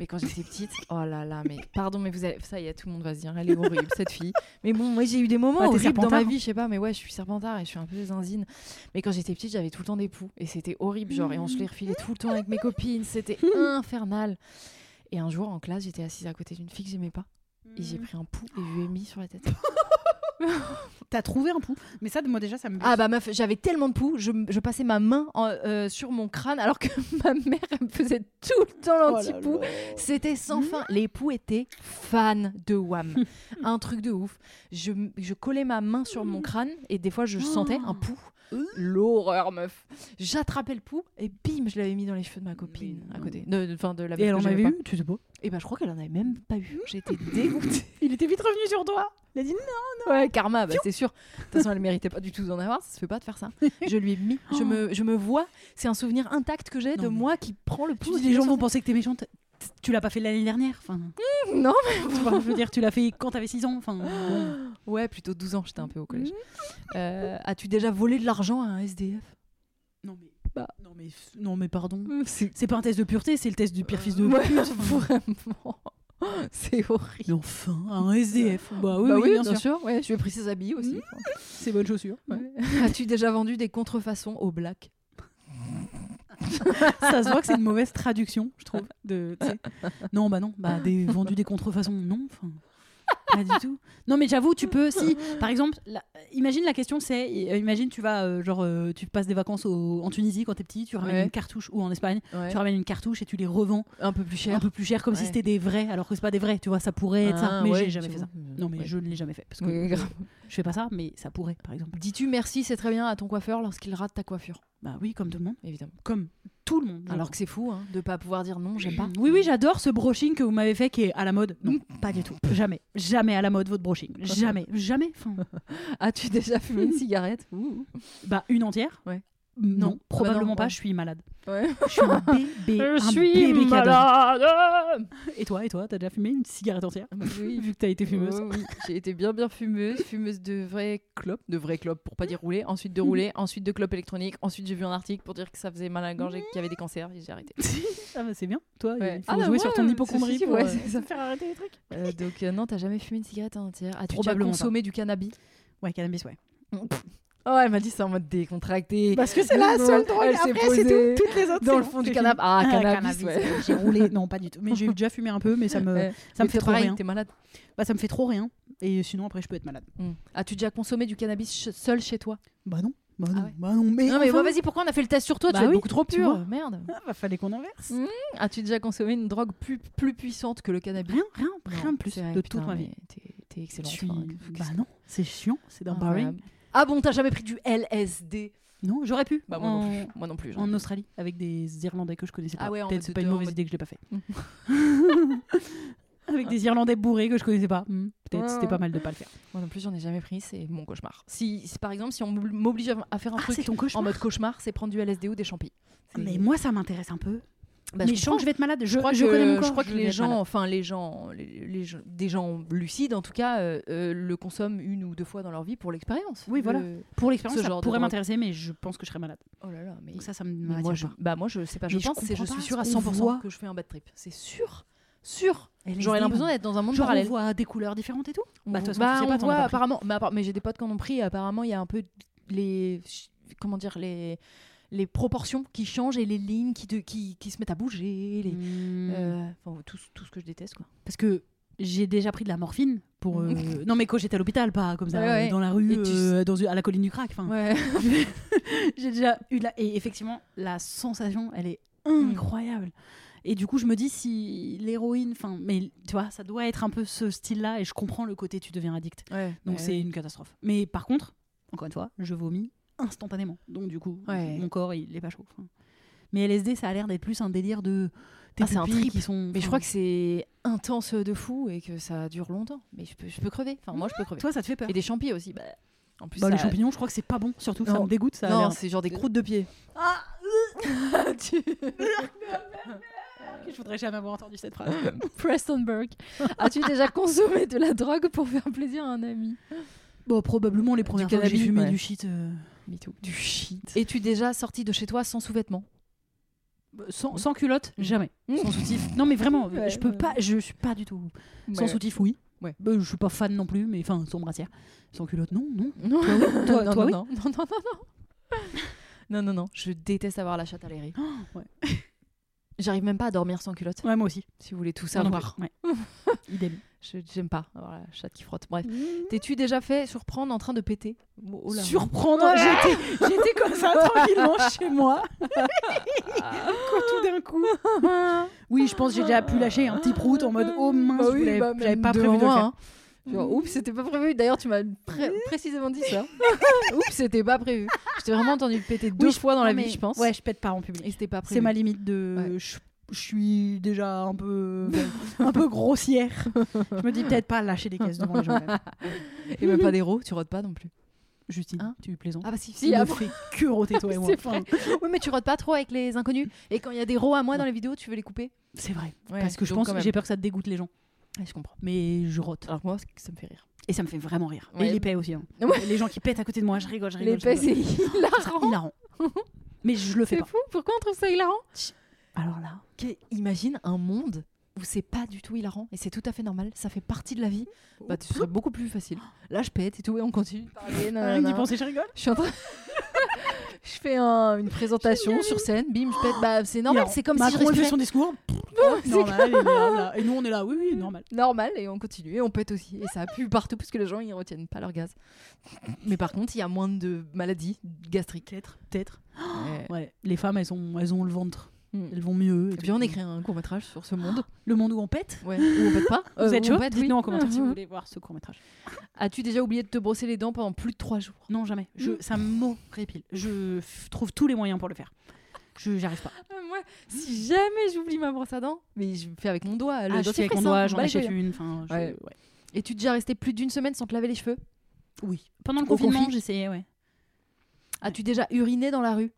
Speaker 1: Mais quand j'étais petite, oh là là, mais pardon, mais vous allez, ça y est, tout le monde va se dire, elle est horrible cette fille. Mais bon, moi j'ai eu des moments
Speaker 2: Ouais, t'es
Speaker 1: horribles dans ma
Speaker 2: serpentard.
Speaker 1: vie, je sais pas, mais ouais, je suis serpentard et je suis un peu zinzine. Mais quand j'étais petite, j'avais tout le temps des poux et c'était horrible, genre, et on se les refilait tout le temps avec mes copines, c'était infernal. Et un jour en classe, j'étais assise à côté d'une fille que j'aimais pas et j'ai pris un pouls et je lui ai mis sur la tête.
Speaker 2: T'as trouvé un pouls. Mais ça, moi, déjà, ça me.
Speaker 1: Ah bah meuf, j'avais tellement de poux, je, je passais ma main en- euh, sur mon crâne alors que ma mère elle me faisait tout le temps
Speaker 2: Oh
Speaker 1: l'anti-poux. C'était
Speaker 2: Hmm?
Speaker 1: sans fin. Les poux étaient fans de Wham. un truc de ouf. Je, je collais ma main sur
Speaker 2: Hmm.
Speaker 1: mon crâne et des fois
Speaker 2: Oh.
Speaker 1: je sentais un poux.
Speaker 2: Hein?
Speaker 1: L'horreur meuf. J'attrapais le poux et bim, je l'avais mis dans les cheveux de ma copine à côté. De, de, enfin, de
Speaker 2: Et
Speaker 1: la meuf
Speaker 2: elle
Speaker 1: que
Speaker 2: en
Speaker 1: j'aimais
Speaker 2: avait
Speaker 1: pas.
Speaker 2: eu, Hmm? tu sais pas.
Speaker 1: Et bah je crois qu'elle en avait même pas eu. J'étais dégoûtée.
Speaker 2: Il était vite revenu sur toi. Il a dit
Speaker 1: Ouais, karma, bah, c'est sûr. De toute façon, elle méritait pas du tout d'en avoir, ça se fait pas de faire ça. Je lui ai mis, je me, je me vois, c'est un souvenir intact que j'ai de
Speaker 2: Oh. Non, mais-
Speaker 1: moi qui prend le pouls.
Speaker 2: Tu dis, les gens vont penser que t'es méchante. Tu l'as pas fait l'année dernière. Enfin,
Speaker 1: Mm, Non, Ah.
Speaker 2: tu vois, je veux dire, tu l'as fait quand t'avais 6 ans. Enfin, bon.
Speaker 1: mais... Ouais, plutôt 12 ans, j'étais un peu au collège. Euh, As-tu déjà volé de l'argent à un SDF
Speaker 2: non, mais,
Speaker 1: Bah.
Speaker 2: non, mais, non, mais pardon.
Speaker 1: Mm, C'est Euh,
Speaker 2: C'est pas un test de pureté, c'est le test du pire fils de
Speaker 1: Ouais,
Speaker 2: pute. Enfin,
Speaker 1: Vraiment. C'est horrible.
Speaker 2: Mais enfin, un SDF. Bah oui,
Speaker 1: Bah
Speaker 2: oui, bien, sûr.
Speaker 1: ouais, je lui ai pris ses habits aussi.
Speaker 2: C'est bonne chaussure.
Speaker 1: Ouais. Mhm. As-tu déjà vendu des contrefaçons au black
Speaker 2: Ça se voit que c'est une mauvaise traduction, je trouve. De, tu sais. non, bah non, bah des vendus des contrefaçons, non. enfin, Pas du tout. Non, mais j'avoue, tu peux. Si, par exemple, la- imagine la question, c'est euh, imagine tu vas euh, genre euh, tu passes des vacances au- en Tunisie quand t'es petit, tu ramènes
Speaker 1: Ouais.
Speaker 2: une cartouche ou en Espagne, tu ramènes une cartouche et tu les revends
Speaker 1: Un peu plus
Speaker 2: un
Speaker 1: cher.
Speaker 2: peu plus cher comme si
Speaker 1: Ouais.
Speaker 2: c'était des vrais, alors que c'est pas des vrais. Tu vois, ça pourrait être ça.
Speaker 1: Ah,
Speaker 2: Mais
Speaker 1: ouais,
Speaker 2: j'ai jamais
Speaker 1: tu
Speaker 2: fait ça.
Speaker 1: vois.
Speaker 2: Non, mais
Speaker 1: Ouais.
Speaker 2: je ne l'ai jamais fait parce que
Speaker 1: Oui, grave.
Speaker 2: je fais pas ça, mais ça pourrait, par exemple.
Speaker 1: Dis-tu merci, c'est très bien à ton coiffeur lorsqu'il rate ta coiffure,
Speaker 2: Bah oui, comme tout le monde,
Speaker 1: évidemment.
Speaker 2: comme tout le monde. je
Speaker 1: Alors que c'est fou hein, de pas pouvoir dire non, j'aime pas.
Speaker 2: Mm.
Speaker 1: Mm.
Speaker 2: Oui, oui, j'adore ce brushing que vous m'avez fait qui est à la mode. Non, pas du tout. Jamais. Jamais à la mode, votre brushing. Jamais. Jamais. Enfin,
Speaker 1: As-tu déjà fumé une cigarette
Speaker 2: bah, une entière Mm,
Speaker 1: Ouais.
Speaker 2: Non,
Speaker 1: Non.
Speaker 2: probablement
Speaker 1: Bah non,
Speaker 2: pas,
Speaker 1: ouais.
Speaker 2: je suis malade.
Speaker 1: Ouais.
Speaker 2: Je suis un bébé. un bébé qui adore. Et toi, et toi, t'as déjà fumé une cigarette entière
Speaker 1: Oui.
Speaker 2: Vu que t'as été fumeuse.
Speaker 1: Oh oui, J'ai été bien bien fumeuse, fumeuse de vraie clope, de vraie clope pour pas dire rouler, ensuite de rouler, ensuite de clope électronique, ensuite j'ai vu un article pour dire que ça faisait mal à la gorge et qu'il y avait des cancers et j'ai arrêté.
Speaker 2: Ah bah c'est bien. Toi,
Speaker 1: Ouais.
Speaker 2: il faut
Speaker 1: Ah, bah
Speaker 2: jouer sur
Speaker 1: ouais,
Speaker 2: ton
Speaker 1: si,
Speaker 2: hypochondrie
Speaker 1: si, si,
Speaker 2: pour
Speaker 1: ouais,
Speaker 2: euh,
Speaker 1: c'est ça.
Speaker 2: faire arrêter les trucs.
Speaker 1: Euh, donc euh, non, t'as jamais fumé une cigarette entière As-tu déjà
Speaker 2: Probablement
Speaker 1: consommé du cannabis
Speaker 2: Ouais, cannabis, ouais.
Speaker 1: Oh, elle m'a dit ça en mode décontracté.
Speaker 2: Parce que
Speaker 1: c'est la seule drogue, après, c'est tout.
Speaker 2: Toutes les autres.
Speaker 1: Dans le fond du canapé. Ah, cannabis, ouais.
Speaker 2: J'ai roulé. Non, pas du tout. Mais j'ai déjà fumé un peu, mais ça me,
Speaker 1: Ouais.
Speaker 2: ça me
Speaker 1: Mais
Speaker 2: fait
Speaker 1: toi,
Speaker 2: trop
Speaker 1: pareil,
Speaker 2: rien.
Speaker 1: T'es malade.
Speaker 2: Bah, ça me fait trop rien. Et sinon, après, je peux être malade.
Speaker 1: Mm. As-tu déjà consommé du cannabis ch- seul chez toi
Speaker 2: Bah non. Bah non.
Speaker 1: Ah ouais.
Speaker 2: Bah non. Mais,
Speaker 1: Non mais
Speaker 2: enfin,
Speaker 1: ouais, vas-y, pourquoi on a fait le test sur toi
Speaker 2: Bah
Speaker 1: Tu es
Speaker 2: oui,
Speaker 1: beaucoup trop
Speaker 2: tu
Speaker 1: pur.
Speaker 2: vois.
Speaker 1: Merde.
Speaker 2: Ah, bah, fallait qu'on inverse.
Speaker 1: Mm. As-tu déjà consommé une drogue plus, plus puissante que le cannabis
Speaker 2: Rien, rien, rien
Speaker 1: Non,
Speaker 2: de plus
Speaker 1: c'est vrai,
Speaker 2: de
Speaker 1: putain,
Speaker 2: toute ma
Speaker 1: mais
Speaker 2: vie.
Speaker 1: T'es, t'es
Speaker 2: Je
Speaker 1: excellente.
Speaker 2: suis...
Speaker 1: hein, qu'est-ce que
Speaker 2: Bah
Speaker 1: c'est
Speaker 2: non, c'est chiant, c'est d'un barring.
Speaker 1: incroyable. Ah bon, t'as jamais pris du LSD
Speaker 2: Non, j'aurais pu.
Speaker 1: Bah moi
Speaker 2: en...
Speaker 1: non plus. Moi non plus. j'en ai
Speaker 2: en Australie, avec des Irlandais que je connaissais pas.
Speaker 1: Ah ouais, en
Speaker 2: Peut-être
Speaker 1: mode
Speaker 2: c'est pas
Speaker 1: de-
Speaker 2: une
Speaker 1: en
Speaker 2: mauvaise
Speaker 1: mode-
Speaker 2: idée
Speaker 1: Hum.
Speaker 2: que je l'ai pas fait.
Speaker 1: Mm.
Speaker 2: avec des Irlandais bourrés que je connaissais pas. Mm. Peut-être
Speaker 1: Ouais,
Speaker 2: c'était
Speaker 1: ouais.
Speaker 2: pas mal de pas le faire.
Speaker 1: pris. Moi non plus, j'en ai jamais pris. C'est mon cauchemar. Si, si, par exemple, si on m'obli- m'oblige à- à faire un
Speaker 2: Ah,
Speaker 1: truc
Speaker 2: c'est ton
Speaker 1: en
Speaker 2: cauchemar. Ah,
Speaker 1: mode cauchemar, c'est prendre du LSD ou des champis. C'est-
Speaker 2: Mais moi, ça m'intéresse un peu.
Speaker 1: Bah,
Speaker 2: mais je
Speaker 1: je
Speaker 2: sens que
Speaker 1: comprends.
Speaker 2: je vais être malade. Je,
Speaker 1: je crois
Speaker 2: je
Speaker 1: que,
Speaker 2: connais mon
Speaker 1: je
Speaker 2: corps.
Speaker 1: crois que
Speaker 2: vais
Speaker 1: les
Speaker 2: être
Speaker 1: gens,
Speaker 2: malade.
Speaker 1: enfin les gens, les, les gens- des gens lucides en tout cas, euh, euh, le consomment une ou deux fois dans leur vie pour l'expérience.
Speaker 2: Oui, voilà.
Speaker 1: Le-
Speaker 2: Pour l'expérience,
Speaker 1: ce
Speaker 2: ça
Speaker 1: genre de
Speaker 2: pourrait
Speaker 1: drogue.
Speaker 2: m'intéresser, mais je pense que je serais malade.
Speaker 1: Oh là là, mais
Speaker 2: Donc ça, ça
Speaker 1: Mais
Speaker 2: me
Speaker 1: moi, je,
Speaker 2: pas.
Speaker 1: bah moi je sais pas, je
Speaker 2: Mais je
Speaker 1: pense, c'est je
Speaker 2: comprends
Speaker 1: suis
Speaker 2: pas,
Speaker 1: sûre à
Speaker 2: on
Speaker 1: 100%
Speaker 2: voit.
Speaker 1: que je fais un bad trip. C'est sûr, sûr.
Speaker 2: LSD,
Speaker 1: J'aurais l'impression
Speaker 2: on-
Speaker 1: d'être dans un monde
Speaker 2: Genre,
Speaker 1: parallèle.
Speaker 2: on voit des couleurs différentes et tout.
Speaker 1: On
Speaker 2: Bah, de
Speaker 1: vo-
Speaker 2: toute façon, tu sais
Speaker 1: on
Speaker 2: pas, t'en as
Speaker 1: voit
Speaker 2: pas pris.
Speaker 1: apparemment, mais, appar- mais j'ai des potes qui en ont pris. et apparemment, il y a un peu les comment dire les les proportions qui changent et les lignes qui te- qui, qui se mettent à bouger. Les,
Speaker 2: Mm.
Speaker 1: euh, enfin, tout, ce- tout ce que je déteste quoi.
Speaker 2: Parce que j'ai déjà pris de la morphine pour. euh,
Speaker 1: Mm.
Speaker 2: non, mais quand j'étais à l'hôpital, pas comme ça,
Speaker 1: Ouais, ouais.
Speaker 2: euh, dans la rue,
Speaker 1: Et tu-
Speaker 2: euh, dans, à la colline du crack. enfin.
Speaker 1: Ouais. Hmm.
Speaker 2: j'ai déjà eu la. Et effectivement, la sensation, elle est incroyable. Et du coup, je me dis si l'héroïne, enfin, mais tu vois, ça doit être un peu ce style-là, et je comprends le côté tu deviens addict.
Speaker 1: Ouais,
Speaker 2: Donc
Speaker 1: ouais,
Speaker 2: c'est
Speaker 1: ouais.
Speaker 2: une catastrophe. Mais par contre, encore une fois, je vomis instantanément. Donc du coup,
Speaker 1: Ouais.
Speaker 2: mon corps, il est pas chaud. Enfin, Mais LSD, ça a l'air d'être plus un délire de. tes
Speaker 1: Ah, c'est un
Speaker 2: pupilles
Speaker 1: trip.
Speaker 2: qui sont.
Speaker 1: Mais je
Speaker 2: enfin,
Speaker 1: crois que c'est intense de fou et que ça dure longtemps. Mais je peux, je peux crever. Enfin, moi, je peux crever.
Speaker 2: Toi, ça te fait peur.
Speaker 1: Et des champignons aussi. bah, en plus,
Speaker 2: Bah,
Speaker 1: ça-
Speaker 2: Les champignons, je crois que c'est pas bon, surtout. Ça
Speaker 1: Non.
Speaker 2: me dégoûte. Ça a
Speaker 1: Non,
Speaker 2: l'air-
Speaker 1: c'est genre des croûtes de pied.
Speaker 2: Je voudrais jamais avoir entendu cette phrase.
Speaker 5: Prestonburg. As-tu déjà consommé de la drogue pour faire plaisir à un ami
Speaker 2: bon, probablement les premières fois que j'ai
Speaker 1: cannabis,
Speaker 2: fumé
Speaker 1: ouais.
Speaker 2: du shit. euh,
Speaker 1: Du shit. Es-tu déjà sorti de chez toi sans sous-vêtements
Speaker 2: Sans, sans culotte, jamais.
Speaker 1: Mm.
Speaker 2: Sans soutif. Non, mais vraiment,
Speaker 5: Ouais,
Speaker 2: je peux
Speaker 5: ouais.
Speaker 2: pas, je suis pas du tout. Sans soutif, oui.
Speaker 1: Ouais.
Speaker 2: Bah, je suis pas fan non plus, mais enfin, sans brassière. Sans culotte, non, non.
Speaker 1: Non,
Speaker 2: toi-
Speaker 1: non,
Speaker 2: toi,
Speaker 1: non,
Speaker 2: oui
Speaker 1: non, non, non, non, non. Non, non, non, je déteste avoir la chatte à l'airie.
Speaker 2: ouais.
Speaker 1: J'arrive même pas à dormir sans culotte,
Speaker 2: Ouais, moi aussi.
Speaker 1: si vous voulez tout
Speaker 2: Moi non
Speaker 1: savoir.
Speaker 2: plus, ouais. Idem.
Speaker 1: Je J'aime pas avoir la chatte qui frotte.
Speaker 2: Mmh.
Speaker 1: Bref. T'es-tu déjà fait surprendre en train de péter Oh là.
Speaker 2: Surprendre, j'étais, j'étais comme ça tranquillement chez moi. Quand tout d'un coup. Oui, je pense que j'ai déjà pu lâcher un petit prout en mode oh mince,
Speaker 5: Bah
Speaker 2: je
Speaker 5: oui,
Speaker 2: voulais-
Speaker 5: bah,
Speaker 2: j'avais
Speaker 5: même
Speaker 2: pas
Speaker 5: devant
Speaker 2: prévu de le
Speaker 5: moi,
Speaker 2: faire. Mmh.
Speaker 5: hein.
Speaker 1: Genre, oups, c'était pas prévu. D'ailleurs, tu m'as pré- précisément dit ça. oups, c'était pas prévu. Je t'ai vraiment entendu péter deux
Speaker 2: Oui,
Speaker 1: fois dans la
Speaker 2: Non,
Speaker 1: vie,
Speaker 2: mais-
Speaker 1: je pense.
Speaker 2: Ouais, je pète pas en public.
Speaker 1: Et c'était pas prévu.
Speaker 2: C'est ma limite de. Je, je suis déjà un peu, un peu grossière. Je me dis peut-être pas lâcher des caisses devant les gens. quand même.
Speaker 1: Et même pas d'héros, tu rotes pas non plus.
Speaker 2: Justine,
Speaker 1: Hein
Speaker 2: tu plaisantes.
Speaker 1: Ah bah si,
Speaker 2: tu
Speaker 1: si,
Speaker 2: ne
Speaker 1: ah bon.
Speaker 2: fais que roter toi et moi.
Speaker 5: C'est vrai.
Speaker 2: Enfin,
Speaker 1: Oui, mais tu rotes pas trop avec les inconnus. Et quand il y a des rots à moi dans les vidéos, tu veux les couper.
Speaker 2: c'est vrai. Parce que je pense que j'ai
Speaker 1: j'ai.
Speaker 2: peur que ça te dégoûte les gens.
Speaker 1: je comprends.
Speaker 2: Mais je rote.
Speaker 1: Alors que moi, ça me fait rire.
Speaker 2: Et ça me fait vraiment rire.
Speaker 1: Ouais.
Speaker 2: Et les paix aussi. hein.
Speaker 1: Ouais.
Speaker 2: Les gens qui pètent à côté de moi, je rigole, je rigole.
Speaker 5: Les
Speaker 2: je rigole. Ah,
Speaker 5: c'est hilarant.
Speaker 2: hilarant. Mais je le fais
Speaker 5: C'est
Speaker 2: pas.
Speaker 5: fou, pourquoi on trouve ça hilarant
Speaker 2: Alors là,
Speaker 1: Imagine un monde où c'est pas du tout hilarant et c'est tout à fait normal, ça fait partie de la vie. Bah, ce serait beaucoup plus facile. Là, je pète et tout, et on continue de parler.
Speaker 2: rien
Speaker 1: nanana.
Speaker 2: d'y penser, je rigole.
Speaker 1: Je suis en train. je fais un- une présentation sur scène, bim, je pète. Bah, c'est normal,
Speaker 2: Hilarant.
Speaker 1: c'est comme
Speaker 2: Macron,
Speaker 1: si je
Speaker 2: il fait
Speaker 1: respirais.
Speaker 2: son discours.
Speaker 1: c'est
Speaker 2: normal, il est là, là. Et nous, on est là. Oui, oui, normal.
Speaker 1: Normal, et on continue, et on pète aussi. Et ça pue partout, parce que les gens, ils retiennent pas leur gaz. Mais par contre, il y a moins de maladies gastriques.
Speaker 2: Peut-être, peut-être.
Speaker 1: Ouais.
Speaker 2: Ouais. Les femmes, elles, sont, elles ont le ventre.
Speaker 1: Mm.
Speaker 2: Elles vont mieux. et
Speaker 1: Et
Speaker 2: tout.
Speaker 1: puis on écrit un court métrage sur ce monde.
Speaker 2: Le monde où on pète.
Speaker 1: Ouais. Où on pète pas.
Speaker 2: Vous
Speaker 1: Euh,
Speaker 2: êtes
Speaker 1: où on
Speaker 2: chaud
Speaker 1: pète,
Speaker 2: Dites-nous
Speaker 1: oui. Ah,
Speaker 2: en commentaire si vous voulez voir ce court-métrage.
Speaker 1: As-tu déjà oublié de te brosser les dents pendant plus de trois jours
Speaker 2: Non, jamais. Je,
Speaker 1: Mm.
Speaker 2: Ça m'horripile. Je f- trouve tous les moyens pour le faire. Je j'arrive pas.
Speaker 5: Euh, Moi,
Speaker 1: Si jamais j'oublie ma brosse à dents, mais je fais avec mon doigt. Le
Speaker 2: Ah, je suis avec mon
Speaker 1: dentifrice, hein,
Speaker 2: doigt, j'en
Speaker 1: bah,
Speaker 2: achète
Speaker 1: je-
Speaker 2: une. Enfin, je-
Speaker 1: Ouais.
Speaker 2: ouais.
Speaker 1: Et tu es déjà resté plus d'une semaine sans te laver les cheveux
Speaker 2: Oui. Pendant le
Speaker 1: Au
Speaker 2: confinement,
Speaker 1: confit.
Speaker 2: j'essayais, ouais.
Speaker 1: As-tu déjà uriné dans la rue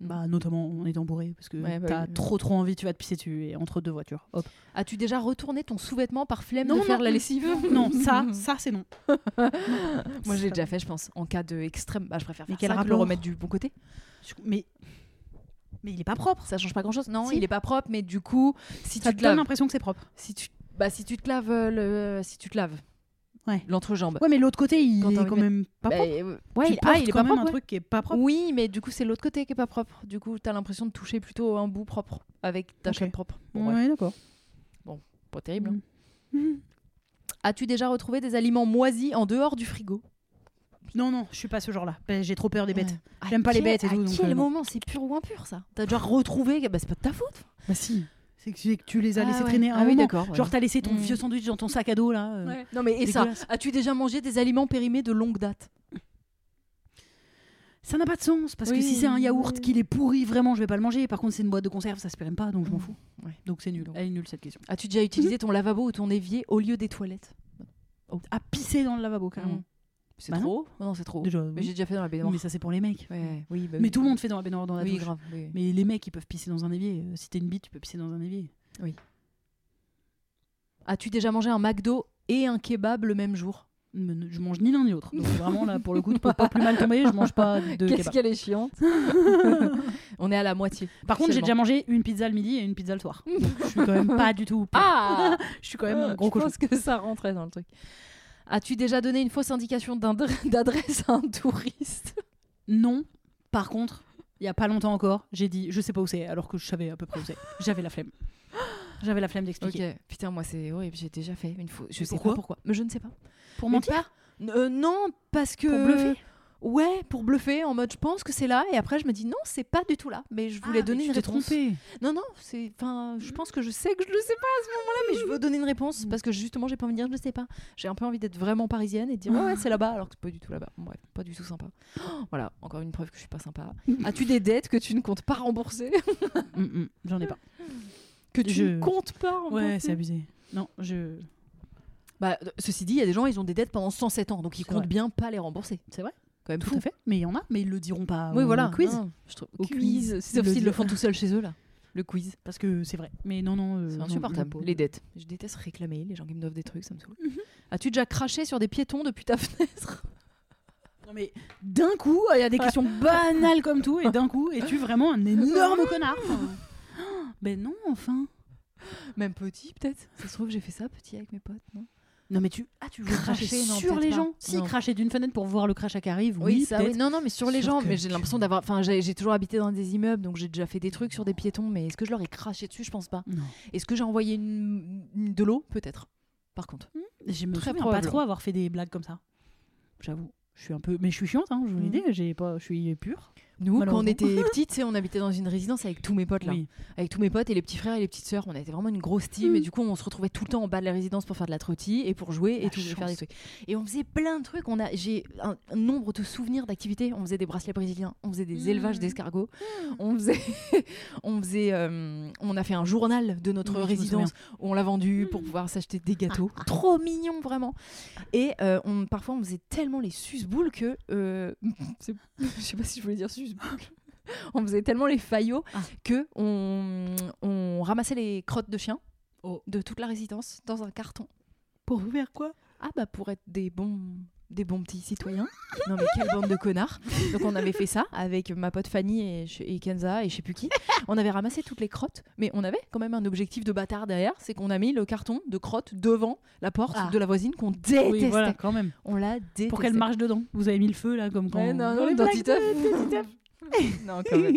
Speaker 2: Bah, notamment en étant bourré, parce que
Speaker 1: Ouais, bah
Speaker 2: t'as
Speaker 1: oui.
Speaker 2: trop trop envie, tu vas te pisser dessus, et entre deux voitures. Hop.
Speaker 1: As-tu déjà retourné ton sous-vêtement par flemme
Speaker 2: Non,
Speaker 1: de faire
Speaker 2: non,
Speaker 1: la lessive
Speaker 2: Non, ça, ça c'est non.
Speaker 1: Moi, j'ai déjà fait, je pense, en cas de extrême. Bah, je préfère
Speaker 2: Mais
Speaker 1: faire
Speaker 2: quel
Speaker 1: ça que le
Speaker 2: rapport
Speaker 1: remettre du bon côté.
Speaker 2: Je- Mais mais il est pas propre.
Speaker 1: Ça change pas grand-chose. Non,
Speaker 2: Si.
Speaker 1: il est pas propre, mais du coup, si
Speaker 2: Ça te
Speaker 1: tu te
Speaker 2: donne
Speaker 1: laves,
Speaker 2: l'impression que c'est propre.
Speaker 1: si tu, bah, si tu te laves euh, le, si tu te laves,
Speaker 2: Ouais.
Speaker 1: l'entrejambe.
Speaker 2: Ouais, mais l'autre côté, il
Speaker 1: Bah, Quand t'as
Speaker 2: est
Speaker 1: envie
Speaker 2: quand
Speaker 1: de
Speaker 2: même pas
Speaker 1: Bah,
Speaker 2: propre.
Speaker 1: euh, ouais,
Speaker 2: Tu
Speaker 1: il, ah,
Speaker 2: portes
Speaker 1: il
Speaker 2: quand
Speaker 1: est pas
Speaker 2: même
Speaker 1: propre.
Speaker 2: un
Speaker 1: ouais.
Speaker 2: truc qui est pas propre.
Speaker 1: Oui, mais du coup, c'est l'autre côté qui est pas propre. Du coup, t'as l'impression de toucher plutôt un bout propre avec ta
Speaker 2: Ok.
Speaker 1: chaîne propre. Bon,
Speaker 2: ouais,
Speaker 1: bref,
Speaker 2: d'accord.
Speaker 1: pas terrible.
Speaker 2: Mm.
Speaker 1: hein. As-tu déjà retrouvé des aliments moisis en dehors du frigo
Speaker 2: Non, non, je suis pas ce genre-là. Ben, J'ai trop peur des bêtes.
Speaker 1: Ouais.
Speaker 2: J'aime
Speaker 1: À
Speaker 2: pas les
Speaker 1: quel-
Speaker 2: bêtes et
Speaker 1: à
Speaker 2: tout, donc,
Speaker 1: quel
Speaker 2: euh, non.
Speaker 1: moment c'est pur ou impur ça T'as déjà retrouvé Bah, c'est pas de ta faute.
Speaker 2: Bah si. C'est que, c'est que tu les as
Speaker 1: Ah
Speaker 2: laissés
Speaker 1: ouais.
Speaker 2: traîner un
Speaker 1: Ah oui,
Speaker 2: moment.
Speaker 1: d'accord, ouais.
Speaker 2: Genre t'as laissé ton
Speaker 1: Mm.
Speaker 2: vieux sandwich dans ton sac à dos là. euh.
Speaker 5: Ouais.
Speaker 1: Non mais et ça,
Speaker 2: Dégueulasse.
Speaker 1: as-tu déjà mangé des aliments périmés de longue date
Speaker 2: Ça n'a pas de sens parce que
Speaker 1: Oui,
Speaker 2: si c'est un yaourt
Speaker 1: oui.
Speaker 2: qu'il est pourri vraiment, je vais pas le manger. Par contre, c'est une boîte de conserve, ça se périme pas, donc je m'en
Speaker 1: Mm.
Speaker 2: fous.
Speaker 1: Ouais.
Speaker 2: Donc c'est nul.
Speaker 1: Donc.
Speaker 2: Elle est nulle cette question.
Speaker 1: As-tu déjà utilisé ton lavabo ou ton évier au lieu des toilettes
Speaker 2: À pisser dans le lavabo carrément.
Speaker 1: Mm. C'est
Speaker 2: Bah non.
Speaker 1: trop Non, c'est trop.
Speaker 2: Déjà.
Speaker 1: Mais
Speaker 2: oui.
Speaker 1: j'ai déjà fait dans la
Speaker 2: Oui,
Speaker 1: baignoire.
Speaker 2: mais ça c'est pour les mecs.
Speaker 1: Ouais, oui, bah
Speaker 2: Mais
Speaker 1: oui.
Speaker 2: tout le monde fait dans la baignoire dans la
Speaker 1: Oui,
Speaker 2: douche.
Speaker 1: grave. oui, oui.
Speaker 2: Mais les mecs, ils peuvent pisser dans un évier. Euh, Si t'es une bite, tu peux pisser dans un évier.
Speaker 1: As-tu déjà mangé un McDo et un kebab le même jour
Speaker 2: Mais ne- Je mange ni l'un ni l'autre. Donc vraiment, là, pour le coup, tu peux pas plus mal tomber. Je mange pas de
Speaker 5: qu'est-ce
Speaker 2: kebab.
Speaker 5: qu'elle est chiante
Speaker 1: On est à la moitié.
Speaker 2: Par contre, j'ai
Speaker 1: Seulement.
Speaker 2: déjà mangé une pizza le midi et une pizza le soir. Donc, je suis quand même pas du tout.
Speaker 5: Ah
Speaker 2: Je suis quand même un
Speaker 5: Je
Speaker 2: gros cochon.
Speaker 5: pense que ça rentrait dans le truc.
Speaker 1: As-tu déjà donné une fausse indication d'un- d'adresse à un touriste
Speaker 2: Non. Par contre, il y a pas longtemps encore, j'ai dit je sais pas où c'est, alors que je savais à peu près où c'est. J'avais la flemme. J'avais la flemme d'expliquer.
Speaker 1: Putain, moi c'est horrible. J'ai déjà fait une fausse. Je sais
Speaker 2: pourquoi
Speaker 1: pas pourquoi. Mais je ne sais pas.
Speaker 2: Pour
Speaker 1: Mais
Speaker 2: mentir
Speaker 1: pas- Euh, Non, parce que.
Speaker 2: Pour bluffer
Speaker 1: ouais pour bluffer en mode je pense que c'est là et après je me dis non c'est pas du tout là mais je
Speaker 2: Ah,
Speaker 1: voulais donner une réponse non non c'est enfin je pense que je sais que je le sais pas à ce moment-là mais je veux donner une réponse
Speaker 2: Mm.
Speaker 1: parce que justement j'ai pas envie de dire je le sais pas j'ai un peu envie d'être vraiment parisienne et de dire ouais, ouais c'est là-bas alors que c'est pas du tout là-bas Bon, bref pas du tout sympa Oh, voilà encore une preuve que je suis pas sympa as-tu des dettes que tu ne comptes pas rembourser
Speaker 2: Mm, mm, J'en ai pas.
Speaker 1: que tu
Speaker 2: Je-
Speaker 1: ne comptes pas rembourser
Speaker 2: Ouais, c'est abusé. Non, je.
Speaker 1: Bah, ceci dit, il y a des gens, ils ont des dettes pendant 107 ans, donc ils
Speaker 2: C'est
Speaker 1: comptent
Speaker 2: vrai.
Speaker 1: bien pas les rembourser.
Speaker 2: C'est vrai.
Speaker 1: Quand même
Speaker 2: Tout
Speaker 1: fou.
Speaker 2: à fait. Mais il y en a, mais ils le diront pas.
Speaker 1: Oui,
Speaker 2: au
Speaker 1: voilà.
Speaker 2: Quiz.
Speaker 1: Non, je trouve...
Speaker 2: Au
Speaker 1: quiz.
Speaker 2: quiz,
Speaker 1: Sauf
Speaker 2: le
Speaker 1: s'ils
Speaker 2: dire.
Speaker 1: le font tout seuls chez eux, là. Le quiz.
Speaker 2: Parce que c'est vrai. Mais non, non. euh,
Speaker 1: C'est
Speaker 2: non,
Speaker 1: insupportable.
Speaker 2: non, non.
Speaker 1: Les dettes. Mhm. Je déteste réclamer, les gens qui me doivent des trucs, ça me saoule. As-tu déjà craché sur des piétons depuis ta fenêtre
Speaker 2: Non, mais d'un coup, il y a des questions banales comme tout, et d'un coup, es-tu vraiment un énorme connard Enfin, oh, Ben non, enfin.
Speaker 1: Même petit, peut-être. Ça se trouve, j'ai fait ça petit avec mes potes, non
Speaker 2: Non, mais tu. Ah, tu veux
Speaker 1: Cracher,
Speaker 2: cracher,
Speaker 1: non,
Speaker 2: sur
Speaker 1: peut-être
Speaker 2: les
Speaker 1: pas.
Speaker 2: gens Si,
Speaker 1: Non.
Speaker 2: cracher d'une fenêtre pour voir le crash qui arrive, oui,
Speaker 1: ça,
Speaker 2: peut-être.
Speaker 1: Non, non, mais sur les
Speaker 2: Sûr
Speaker 1: gens.
Speaker 2: que
Speaker 1: Mais j'ai
Speaker 2: tu-
Speaker 1: l'impression d'avoir. Enfin, j'ai j'ai toujours habité dans des immeubles, donc j'ai déjà fait des trucs sur des piétons, mais est-ce que je leur ai craché dessus Je pense pas.
Speaker 2: Non.
Speaker 1: Est-ce que j'ai envoyé une... une- de l'eau Peut-être. Par contre.
Speaker 2: Je me
Speaker 1: Très
Speaker 2: souviens pas
Speaker 1: probable.
Speaker 2: trop avoir fait des blagues comme ça. J'avoue. Je suis un peu. Mais je suis chiante, hein, je vous l'ai
Speaker 1: Mm.
Speaker 2: dit, j'ai pas... je suis pure.
Speaker 1: Nous, quand on
Speaker 2: Malheureusement.
Speaker 1: était petites, tu sais, on habitait dans une résidence avec tous mes potes là,
Speaker 2: Oui.
Speaker 1: avec tous mes potes et les petits frères et les petites sœurs. On était vraiment une grosse team
Speaker 2: Hmm.
Speaker 1: et du coup, on se retrouvait tout le temps en bas de la résidence pour faire de la trottie et pour jouer
Speaker 2: La
Speaker 1: et tout, et faire
Speaker 2: chance.
Speaker 1: des trucs. Et on faisait plein de trucs. On a, j'ai un, un nombre de souvenirs d'activités. On faisait des bracelets brésiliens, on faisait des
Speaker 2: Hmm.
Speaker 1: élevages d'escargots, on faisait, on faisait, euh, on a fait un journal de notre
Speaker 2: Oui, je me
Speaker 1: résidence. où On l'a vendu
Speaker 2: Hmm.
Speaker 1: pour pouvoir s'acheter des gâteaux. Trop mignon vraiment. Et euh, on, parfois, on faisait tellement les susboules que euh, c'est- je sais pas si je voulais dire suce on faisait tellement les faillots
Speaker 2: Ah.
Speaker 1: que on, on ramassait les crottes de chiens
Speaker 2: Oh.
Speaker 1: de toute la résidence dans un carton.
Speaker 2: Pour faire quoi
Speaker 1: Ah bah pour être des bons des bons petits citoyens. Non mais quelle bande de connards. Donc on avait fait ça avec ma pote Fanny et, je- et Kenza et je sais plus qui. On avait ramassé toutes les crottes, mais on avait quand même un objectif de bâtard derrière, c'est qu'on a mis le carton de crottes devant la porte
Speaker 2: Ah.
Speaker 1: de la voisine qu'on détestait.
Speaker 2: Oui, voilà, quand même.
Speaker 1: On la détestait.
Speaker 2: Pour qu'elle marche dedans. Vous avez mis le feu là, comme quand.
Speaker 1: Ouais, non,
Speaker 2: Dans
Speaker 1: non,
Speaker 2: les
Speaker 1: dans
Speaker 2: blagues
Speaker 1: Titeuf.
Speaker 2: de Titeuf.
Speaker 1: Non, quand même.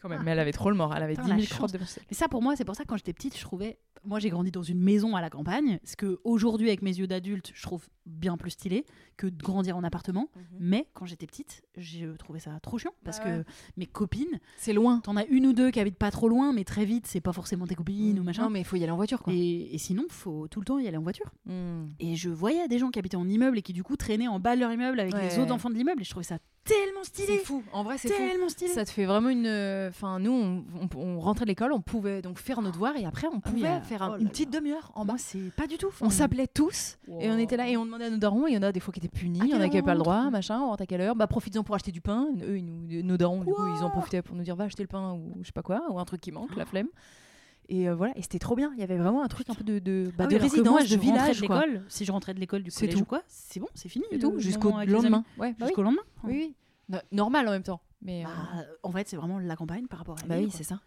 Speaker 1: Quand même, mais elle avait trop le mort. Elle avait
Speaker 2: Putain,
Speaker 1: 10
Speaker 2: la
Speaker 1: 000
Speaker 2: chance.
Speaker 1: crottes de bracelet.
Speaker 2: Mais ça, pour moi, c'est pour ça que quand j'étais petite, je trouvais. Moi, j'ai grandi dans une maison à la campagne, ce que aujourd'hui, avec mes yeux d'adulte, je trouve bien plus stylé que de grandir en appartement. Mais quand j'étais petite, je trouvais ça trop chiant parce
Speaker 1: Mhm. Bah
Speaker 2: que
Speaker 1: ouais.
Speaker 2: mes copines,
Speaker 1: C'est loin.
Speaker 2: t'en as une ou deux qui habitent pas trop loin, mais très vite, c'est pas forcément tes copines ou machin.
Speaker 1: Mm, Non, mais il faut y aller en voiture, quoi. Hmm.
Speaker 2: Et, et sinon, faut tout le temps y aller en voiture. Et je voyais des gens qui habitaient en immeuble et qui du coup traînaient en bas de leur immeuble avec les
Speaker 1: Ouais.
Speaker 2: autres enfants de l'immeuble. Et je trouvais ça tellement stylé,
Speaker 1: fou. En vrai, c'est fou.
Speaker 2: tellement stylé.
Speaker 1: Ça te fait vraiment une. euh, Enfin, nous, on, on- on rentrait de l'école, on pouvait donc faire nos devoirs et après, on pouvait
Speaker 2: mais, euh,
Speaker 1: faire un-
Speaker 2: oh là
Speaker 1: une petite
Speaker 2: là.
Speaker 1: demi-heure en bas.
Speaker 2: Moi, c'est pas du tout.
Speaker 1: On s'appelait tous et on était là et on demandait à nos darons. Il y en a des fois qui étaient punis,
Speaker 2: À
Speaker 1: il y en a
Speaker 2: quelle
Speaker 1: qui n'avaient pas
Speaker 2: heure
Speaker 1: le
Speaker 2: on
Speaker 1: droit,
Speaker 2: rentre
Speaker 1: machin, on rentre à quelle heure Bah, profites-en pour acheter du pain. Eux, ils nous, nos darons, du coup, ils en profitaient pour nous dire va acheter le pain ou je sais pas quoi, ou un truc qui
Speaker 2: Oh.
Speaker 1: manque, la flemme. Et euh, voilà, et c'était trop bien. Il y avait vraiment un truc un peu de, de, bah,
Speaker 2: Ah
Speaker 1: de
Speaker 2: oui, alors que moi,
Speaker 1: résidence,
Speaker 2: je
Speaker 1: de
Speaker 2: rentrais
Speaker 1: village,
Speaker 2: de
Speaker 1: quoi.
Speaker 2: l'école. Si je rentrais de l'école du
Speaker 1: C'est
Speaker 2: collège
Speaker 1: tout.
Speaker 2: ou quoi, c'est bon, c'est fini.
Speaker 1: et
Speaker 2: le
Speaker 1: tout
Speaker 2: moment
Speaker 1: jusqu'au
Speaker 2: avec les amis.
Speaker 1: lendemain. Ouais, bah oui.
Speaker 2: Jusqu'au lendemain.
Speaker 1: Oui, oui. No- normal en même temps. Mais euh,
Speaker 2: Bah, en fait, c'est vraiment la campagne par rapport à la
Speaker 1: bah
Speaker 2: ville,
Speaker 1: oui,
Speaker 2: quoi.
Speaker 1: c'est ça.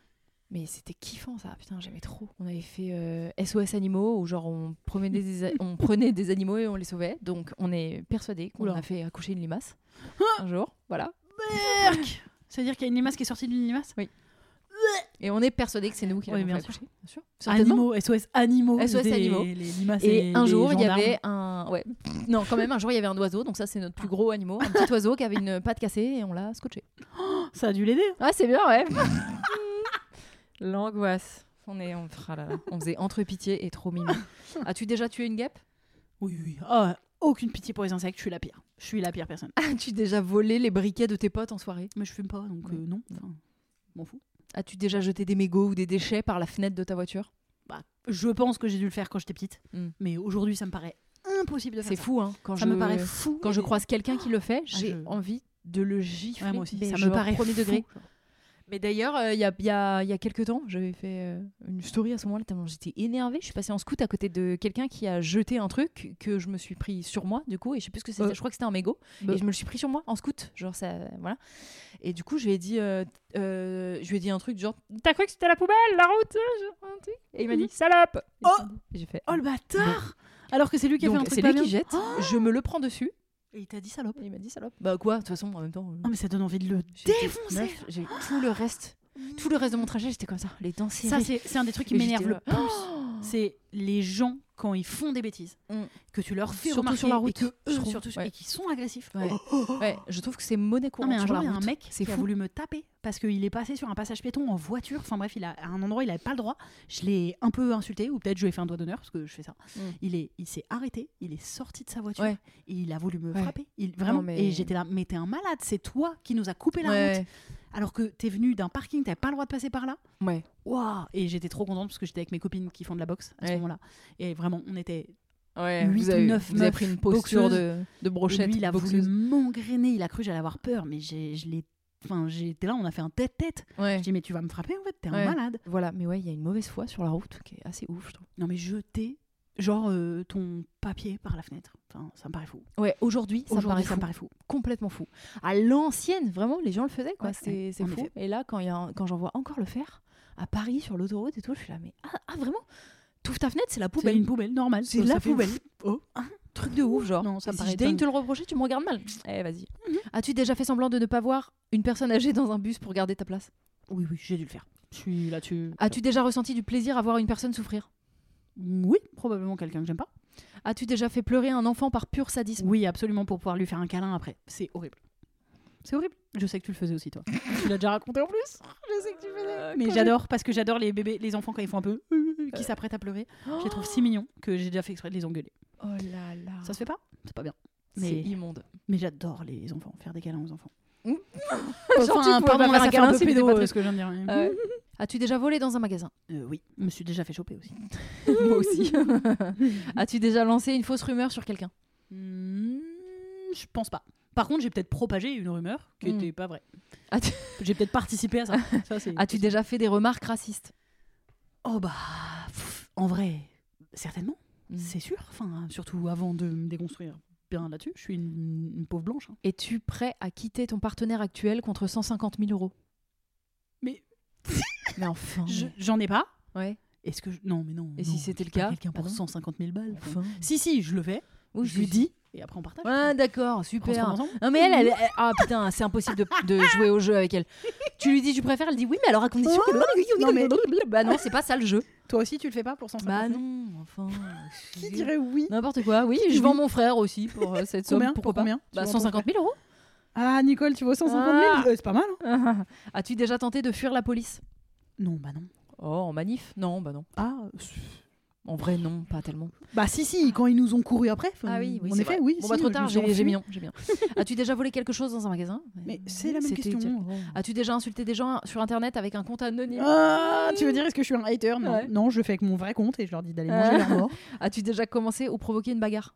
Speaker 1: Mais c'était kiffant ça, putain, j'aimais trop. On avait fait euh, SOS animaux où genre on, promenait des a- on prenait des animaux et on les sauvait. Donc on est persuadé qu'on
Speaker 2: Oula.
Speaker 1: a fait accoucher une limace un jour, voilà.
Speaker 2: C'est-à-dire qu'il y a une limace qui est sortie d'une limace
Speaker 1: Et on est persuadé que c'est nous qui
Speaker 2: Oui,
Speaker 1: l'avons
Speaker 2: bien
Speaker 1: fait
Speaker 2: sûr.
Speaker 1: accoucher, bien sûr. Certainement.
Speaker 2: Animaux, SOS animaux.
Speaker 1: SOS
Speaker 2: c'était les-
Speaker 1: animaux.
Speaker 2: Les, limaces
Speaker 1: Et
Speaker 2: et
Speaker 1: un
Speaker 2: les
Speaker 1: jour, il y
Speaker 2: gendarmes.
Speaker 1: avait un ouais. Non, quand même un jour il y avait un oiseau, donc ça c'est notre plus gros animal, un petit oiseau qui avait une patte cassée et on l'a scotché.
Speaker 2: Oh, Ça a dû l'aider.
Speaker 1: Ouais, c'est bien, ouais. L'angoisse. On est, on, ah là là. on faisait entre pitié et trop mignon. As-tu déjà tué une guêpe
Speaker 2: Oui, oui. Ah, aucune pitié pour les insectes, je suis la pire. Je suis la pire personne.
Speaker 1: As-tu déjà volé les briquets de tes potes en soirée
Speaker 2: Mais je fume pas, donc
Speaker 1: Oui.
Speaker 2: euh, non. Enfin, m'en fous.
Speaker 1: As-tu déjà jeté des mégots ou des déchets par la fenêtre de ta voiture
Speaker 2: Bah, je pense que j'ai dû le faire quand j'étais petite,
Speaker 1: Mm.
Speaker 2: mais aujourd'hui, ça me paraît impossible de faire
Speaker 1: C'est
Speaker 2: ça.
Speaker 1: fou, hein Quand
Speaker 2: Ça
Speaker 1: je
Speaker 2: me paraît fou.
Speaker 1: quand je
Speaker 2: Et-
Speaker 1: croise quelqu'un qui le fait,
Speaker 2: Ah,
Speaker 1: j'ai
Speaker 2: je-
Speaker 1: envie de le gifler.
Speaker 2: Ouais, moi aussi,
Speaker 1: mais
Speaker 2: ça me
Speaker 1: genre
Speaker 2: paraît
Speaker 1: premier
Speaker 2: fou,
Speaker 1: degré.
Speaker 2: genre.
Speaker 1: Mais d'ailleurs, euh, il y, a, il y a- il y a quelques temps, j'avais fait euh, une story à ce moment-là, tellement j'étais énervée. Je suis passée en scout à côté de quelqu'un qui a jeté un truc que je me suis pris sur moi, du coup, et je sais plus ce que c'était,
Speaker 2: Euh.
Speaker 1: je crois que c'était un mégot.
Speaker 2: Bah.
Speaker 1: Et je me le suis pris sur moi en scout, genre ça, voilà. Et du coup, je lui ai dit, euh, euh, je lui ai dit un truc du genre, t'as cru que c'était la poubelle, la route euh, un truc Et il m'a dit, salope Et
Speaker 2: Oh
Speaker 1: j'ai- J'ai fait,
Speaker 2: Oh le bâtard Alors que c'est lui qui a fait un
Speaker 1: donc
Speaker 2: truc
Speaker 1: c'est
Speaker 2: pas
Speaker 1: lui qui
Speaker 2: bien.
Speaker 1: jette,
Speaker 2: Oh
Speaker 1: je me le prends dessus,
Speaker 2: Et il t'a dit salope.
Speaker 1: et il m'a dit, salope. Bah quoi, de toute façon, en même temps. euh,
Speaker 2: Non Ah, mais ça donne envie de le
Speaker 1: J'étais
Speaker 2: défoncer.
Speaker 1: meuf, J'ai tout le reste, tout le reste de mon trajet, j'étais comme ça, les dents serrées.
Speaker 2: Ça c'est c'est un des trucs qui
Speaker 1: Et j'étais
Speaker 2: m'énerve le
Speaker 1: là,
Speaker 2: plus.
Speaker 1: Oh
Speaker 2: c'est les gens quand ils font des bêtises
Speaker 1: Mm.
Speaker 2: que tu leur fais
Speaker 1: Surtout
Speaker 2: remarquer
Speaker 1: sur la route,
Speaker 2: et que eux,
Speaker 1: je trouve,
Speaker 2: surtout sur-
Speaker 1: ouais.
Speaker 2: et qui sont agressifs.
Speaker 1: Ouais. Ouais, je trouve que c'est monnaie
Speaker 2: Non
Speaker 1: courante
Speaker 2: mais un
Speaker 1: sur
Speaker 2: jour
Speaker 1: la
Speaker 2: il y a un
Speaker 1: route.
Speaker 2: mec
Speaker 1: c'est
Speaker 2: qui a
Speaker 1: fou.
Speaker 2: voulu me taper parce qu'il est passé sur un passage péton en voiture. Enfin bref, il a à un endroit il avait pas le droit. Je l'ai un peu insulté ou peut-être je lui ai fait un doigt d'honneur parce que je fais ça.
Speaker 1: Mm.
Speaker 2: Il est il s'est arrêté, il est sorti de sa voiture
Speaker 1: Ouais.
Speaker 2: et il a voulu me
Speaker 1: Ouais.
Speaker 2: frapper. Il vraiment
Speaker 1: Non, mais-
Speaker 2: et j'étais là mais t'es un malade, c'est toi qui nous a coupé la route
Speaker 1: Ouais,
Speaker 2: alors que t'es venu d'un parking, t'avais pas le droit de passer par là.
Speaker 1: ouais.
Speaker 2: Waouh Et j'étais trop contente parce que j'étais avec mes copines qui font de la boxe à ce
Speaker 1: Ouais.
Speaker 2: moment-là. Et vraiment, on était.
Speaker 1: Ouais,
Speaker 2: Huit
Speaker 1: vous
Speaker 2: ou
Speaker 1: avez,
Speaker 2: neuf
Speaker 1: vous avez
Speaker 2: meufs
Speaker 1: pris une posture
Speaker 2: boxeuses.
Speaker 1: de, de
Speaker 2: Et
Speaker 1: brochette
Speaker 2: lui, il a voulu
Speaker 1: boxeuse.
Speaker 2: m'engrainer, il a cru que j'allais avoir peur, mais j'ai- je l'ai. Enfin, j'étais là, on a fait un tête-tête.
Speaker 1: Ouais.
Speaker 2: Je dis, mais tu vas me frapper en fait, t'es
Speaker 1: Ouais.
Speaker 2: un malade.
Speaker 1: Voilà, mais ouais, il y a une mauvaise foi sur la route qui est assez ouf, je trouve.
Speaker 2: Non, mais jeter, genre, euh, ton papier par la fenêtre. Enfin, ça me paraît fou.
Speaker 1: Ouais, aujourd'hui, ça, me
Speaker 2: Aujourd'hui,
Speaker 1: paraît
Speaker 2: ça me paraît fou.
Speaker 1: complètement fou. À l'ancienne, vraiment, les gens le faisaient, quoi.
Speaker 2: Ouais,
Speaker 1: c'est
Speaker 2: ouais,
Speaker 1: c'est
Speaker 2: en
Speaker 1: fou.
Speaker 2: effet.
Speaker 1: Et là, quand, il y a un- quand j'en vois encore le faire, à Paris, sur l'autoroute et tout, je suis là, mais ah, ah, vraiment T'ouvres ta fenêtre, c'est la
Speaker 2: C'est
Speaker 1: poubelle.
Speaker 2: une poubelle, normal.
Speaker 1: C'est la
Speaker 2: fait-
Speaker 1: poubelle.
Speaker 2: Oh.
Speaker 1: Truc de ouf, genre.
Speaker 2: Non, ça me
Speaker 1: si
Speaker 2: paraît
Speaker 1: je daigne
Speaker 2: dingue.
Speaker 1: te le reprocher, tu me regardes mal. Eh, vas-y. As-tu déjà fait semblant de ne pas voir une personne âgée dans un bus pour garder ta place
Speaker 2: Oui, oui, j'ai dû le faire. Je suis là-dessus.
Speaker 1: As-tu déjà ressenti du plaisir à voir une personne souffrir
Speaker 2: Oui, probablement quelqu'un que j'aime pas.
Speaker 1: As-tu déjà fait pleurer un enfant par pur sadisme
Speaker 2: Oui, absolument, pour pouvoir lui faire un câlin après. C'est horrible. C'est horrible. Je sais que tu le faisais aussi, toi. tu l'as déjà raconté en plus. Je sais que tu le faisais. Mais j'adore, parce que j'adore les bébés, les enfants quand ils font un peu. euh, euh, Oh. qui s'apprêtent à pleurer. Je les trouve si mignons que j'ai déjà fait exprès de les engueuler.
Speaker 1: Oh là là.
Speaker 2: Ça se fait pas C'est pas bien.
Speaker 1: C'est
Speaker 2: Mais,
Speaker 1: immonde.
Speaker 2: mais j'adore les enfants, faire des câlins aux enfants.
Speaker 1: Ouh. Gentil de
Speaker 2: enfin,
Speaker 1: pouvoir
Speaker 2: pardon,
Speaker 1: faire
Speaker 2: là,
Speaker 1: un
Speaker 2: ça fait
Speaker 1: câlin
Speaker 2: un peu
Speaker 1: si vous
Speaker 2: pédo,
Speaker 1: n'êtes pas
Speaker 2: euh, ce que je viens de dire.
Speaker 1: Ah ouais. As-tu déjà volé dans un magasin
Speaker 2: Euh, oui, je me suis déjà fait choper aussi.
Speaker 1: Moi aussi. As-tu déjà lancé une fausse rumeur sur quelqu'un
Speaker 2: Hmm, je pense pas. Par contre, j'ai peut-être propagé une rumeur qui
Speaker 1: Mm.
Speaker 2: n'était pas vraie.
Speaker 1: As-tu-
Speaker 2: J'ai peut-être participé à ça. Ça, c'est-
Speaker 1: As-tu déjà fait des remarques racistes
Speaker 2: Oh bah, pff, en vrai, certainement,
Speaker 1: Mm.
Speaker 2: c'est sûr. Enfin, surtout avant de me déconstruire bien là-dessus, je suis une, une pauvre blanche. hein.
Speaker 1: Es-tu prêt à quitter ton partenaire actuel contre 150 000 euros
Speaker 2: Mais-
Speaker 1: mais enfin.
Speaker 2: Je- J'en ai pas.
Speaker 1: Ouais.
Speaker 2: Est-ce que je- non, mais non.
Speaker 1: Et
Speaker 2: non,
Speaker 1: si c'était
Speaker 2: je
Speaker 1: le
Speaker 2: perds
Speaker 1: cas
Speaker 2: quelqu'un pour
Speaker 1: Pardon
Speaker 2: 150 000 balles. enfin.
Speaker 1: Enfin.
Speaker 2: Si si, je le fais.
Speaker 1: Oui,
Speaker 2: je lui
Speaker 1: c'est-
Speaker 2: dis et après on partage.
Speaker 1: Ouais, d'accord,
Speaker 2: On se retrouve
Speaker 1: super.
Speaker 2: ensemble.
Speaker 1: Non mais elle, elle, elle- ah putain, c'est impossible de, de jouer au jeu avec elle. Tu lui dis, tu préfères, elle dit oui, mais alors à condition que. Non mais bah non, c'est pas ça le jeu.
Speaker 2: Toi aussi, tu le fais pas pour 150
Speaker 1: Bah
Speaker 2: 000
Speaker 1: non, enfin.
Speaker 2: Qui dirait oui
Speaker 1: N'importe quoi. Oui, je vends mon frère aussi pour euh, cette
Speaker 2: Combien
Speaker 1: somme. Pourquoi
Speaker 2: Pour combien
Speaker 1: pas
Speaker 2: Tu
Speaker 1: Bah
Speaker 2: vends ton
Speaker 1: 150 000 euros.
Speaker 2: Ah Nicole, tu vois 150 000
Speaker 1: Ah.
Speaker 2: Euh, C'est pas mal. hein.
Speaker 1: As-tu déjà tenté de fuir la police
Speaker 2: non, bah non.
Speaker 1: Oh, en manif Non, bah non.
Speaker 2: Ah.
Speaker 1: En vrai, non, pas tellement.
Speaker 2: Bah si si, quand ils nous ont couru après. enfin, En
Speaker 1: Ah c'est
Speaker 2: effet,
Speaker 1: vrai.
Speaker 2: Ah oui. si,
Speaker 1: Bon,
Speaker 2: euh,
Speaker 1: bah
Speaker 2: je
Speaker 1: trop
Speaker 2: me
Speaker 1: tard,
Speaker 2: suis
Speaker 1: j'ai j'ai
Speaker 2: enfuie.
Speaker 1: mis non. j'ai mis non. As-tu déjà volé quelque chose dans un magasin Euh,
Speaker 2: Mais c'est la même
Speaker 1: C'était-
Speaker 2: question. Oh.
Speaker 1: As-tu déjà insulté des gens sur internet avec un compte anonyme
Speaker 2: Ah, tu veux dire est-ce que je suis un hater non.
Speaker 1: Ouais.
Speaker 2: non, je le fais avec mon vrai compte et je leur dis d'aller
Speaker 1: Ah.
Speaker 2: manger leur mort.
Speaker 1: As-tu déjà commencé ou provoqué une bagarre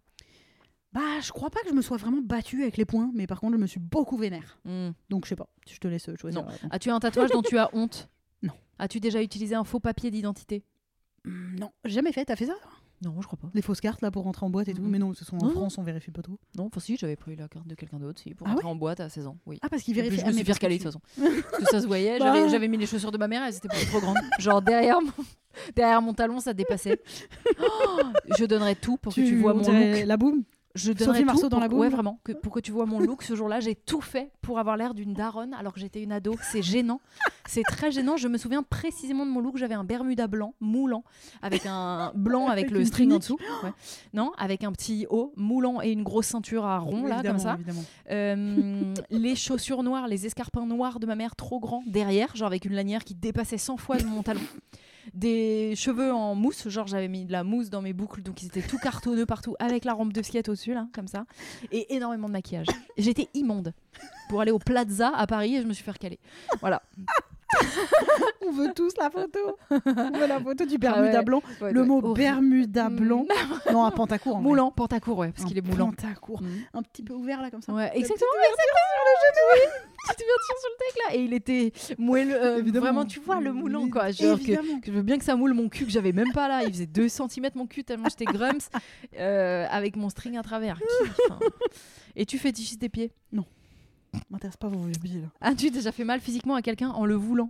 Speaker 2: Bah, je crois pas que je me sois vraiment battue avec les poings, mais par contre, je me suis beaucoup vénère.
Speaker 1: Hmm.
Speaker 2: Donc, je sais pas, je te laisse choisir.
Speaker 1: Non.
Speaker 2: euh,
Speaker 1: As-tu un tatouage dont tu as honte
Speaker 2: Non.
Speaker 1: As-tu déjà utilisé un faux papier d'identité
Speaker 2: Hum, non, jamais fait, t'as fait ça
Speaker 1: Non, je crois pas.
Speaker 2: Des fausses cartes là pour rentrer en boîte et tout
Speaker 1: Mhm.
Speaker 2: Mais non, ce sont en
Speaker 1: Non.
Speaker 2: France, on vérifie pas trop.
Speaker 1: Non, enfin si, j'avais pris la carte de quelqu'un d'autre si, pour
Speaker 2: Ah
Speaker 1: entrer en boîte à 16 ans. Oui.
Speaker 2: Ah, parce qu'ils
Speaker 1: Et puis,
Speaker 2: vérifient.
Speaker 1: je me suis fait recaler de toute façon. Parce que ça se voyait,
Speaker 2: Bah.
Speaker 1: j'avais- j'avais mis les chaussures de ma mère, elles étaient beaucoup trop grandes. Genre derrière mon, derrière mon talon, ça dépassait. Oh, je donnerais tout pour que tu vois mon look.
Speaker 2: La boum
Speaker 1: Je
Speaker 2: Sophie
Speaker 1: donnerais
Speaker 2: Marceau
Speaker 1: tout
Speaker 2: dans
Speaker 1: pour-
Speaker 2: la boum.
Speaker 1: Ouais, vraiment. que- pour que tu vois mon look ce jour-là, j'ai tout fait pour avoir l'air d'une daronne alors que j'étais une ado. C'est gênant. C'est très gênant. Je me souviens précisément de mon look. J'avais un Bermuda blanc, moulant, avec un blanc avec,
Speaker 2: Avec
Speaker 1: le
Speaker 2: une
Speaker 1: string en
Speaker 2: tunique.
Speaker 1: dessous. Ouais. Non, avec un petit haut moulant et une grosse ceinture à rond, là, comme ça.
Speaker 2: Évidemment.
Speaker 1: Euh, les chaussures noires, les escarpins noirs de ma mère trop grands derrière, genre avec une lanière qui dépassait 100 fois de mon talon. Des cheveux en mousse, genre j'avais mis de la mousse dans mes boucles, donc ils étaient tout cartonneux partout, avec la rampe de skate au-dessus, là, comme ça, et énormément de maquillage. J'étais immonde. Pour aller au Plaza à Paris, et je me suis fait recaler. Voilà.
Speaker 2: On veut tous la photo. on veut la photo du
Speaker 1: Ah
Speaker 2: Bermuda
Speaker 1: ouais.
Speaker 2: blanc. Le mot Bermuda blanc. non, à Pantacourt. En vrai.
Speaker 1: Moulant, pantacourt, ouais, parce
Speaker 2: Un
Speaker 1: qu'il est moulant.
Speaker 2: Pantacourt.
Speaker 1: Mhm.
Speaker 2: Un petit peu ouvert là, comme ça.
Speaker 1: Ouais, exactement, exactement. Tu te vertures sur le deck là, et il était moelleux, euh,
Speaker 2: Évidemment.
Speaker 1: vraiment, tu vois, le moulant quoi. Genre que
Speaker 2: Évidemment.
Speaker 1: Que Je veux bien que ça moule mon cul que j'avais même pas là. Il faisait 2 cm mon cul tellement j'étais grumps euh, avec mon string à travers. Qui- enfin. Et tu fétichistes tes pieds.
Speaker 2: M'intéresse pas vos biais là.
Speaker 1: As-tu déjà fait mal physiquement à quelqu'un en le voulant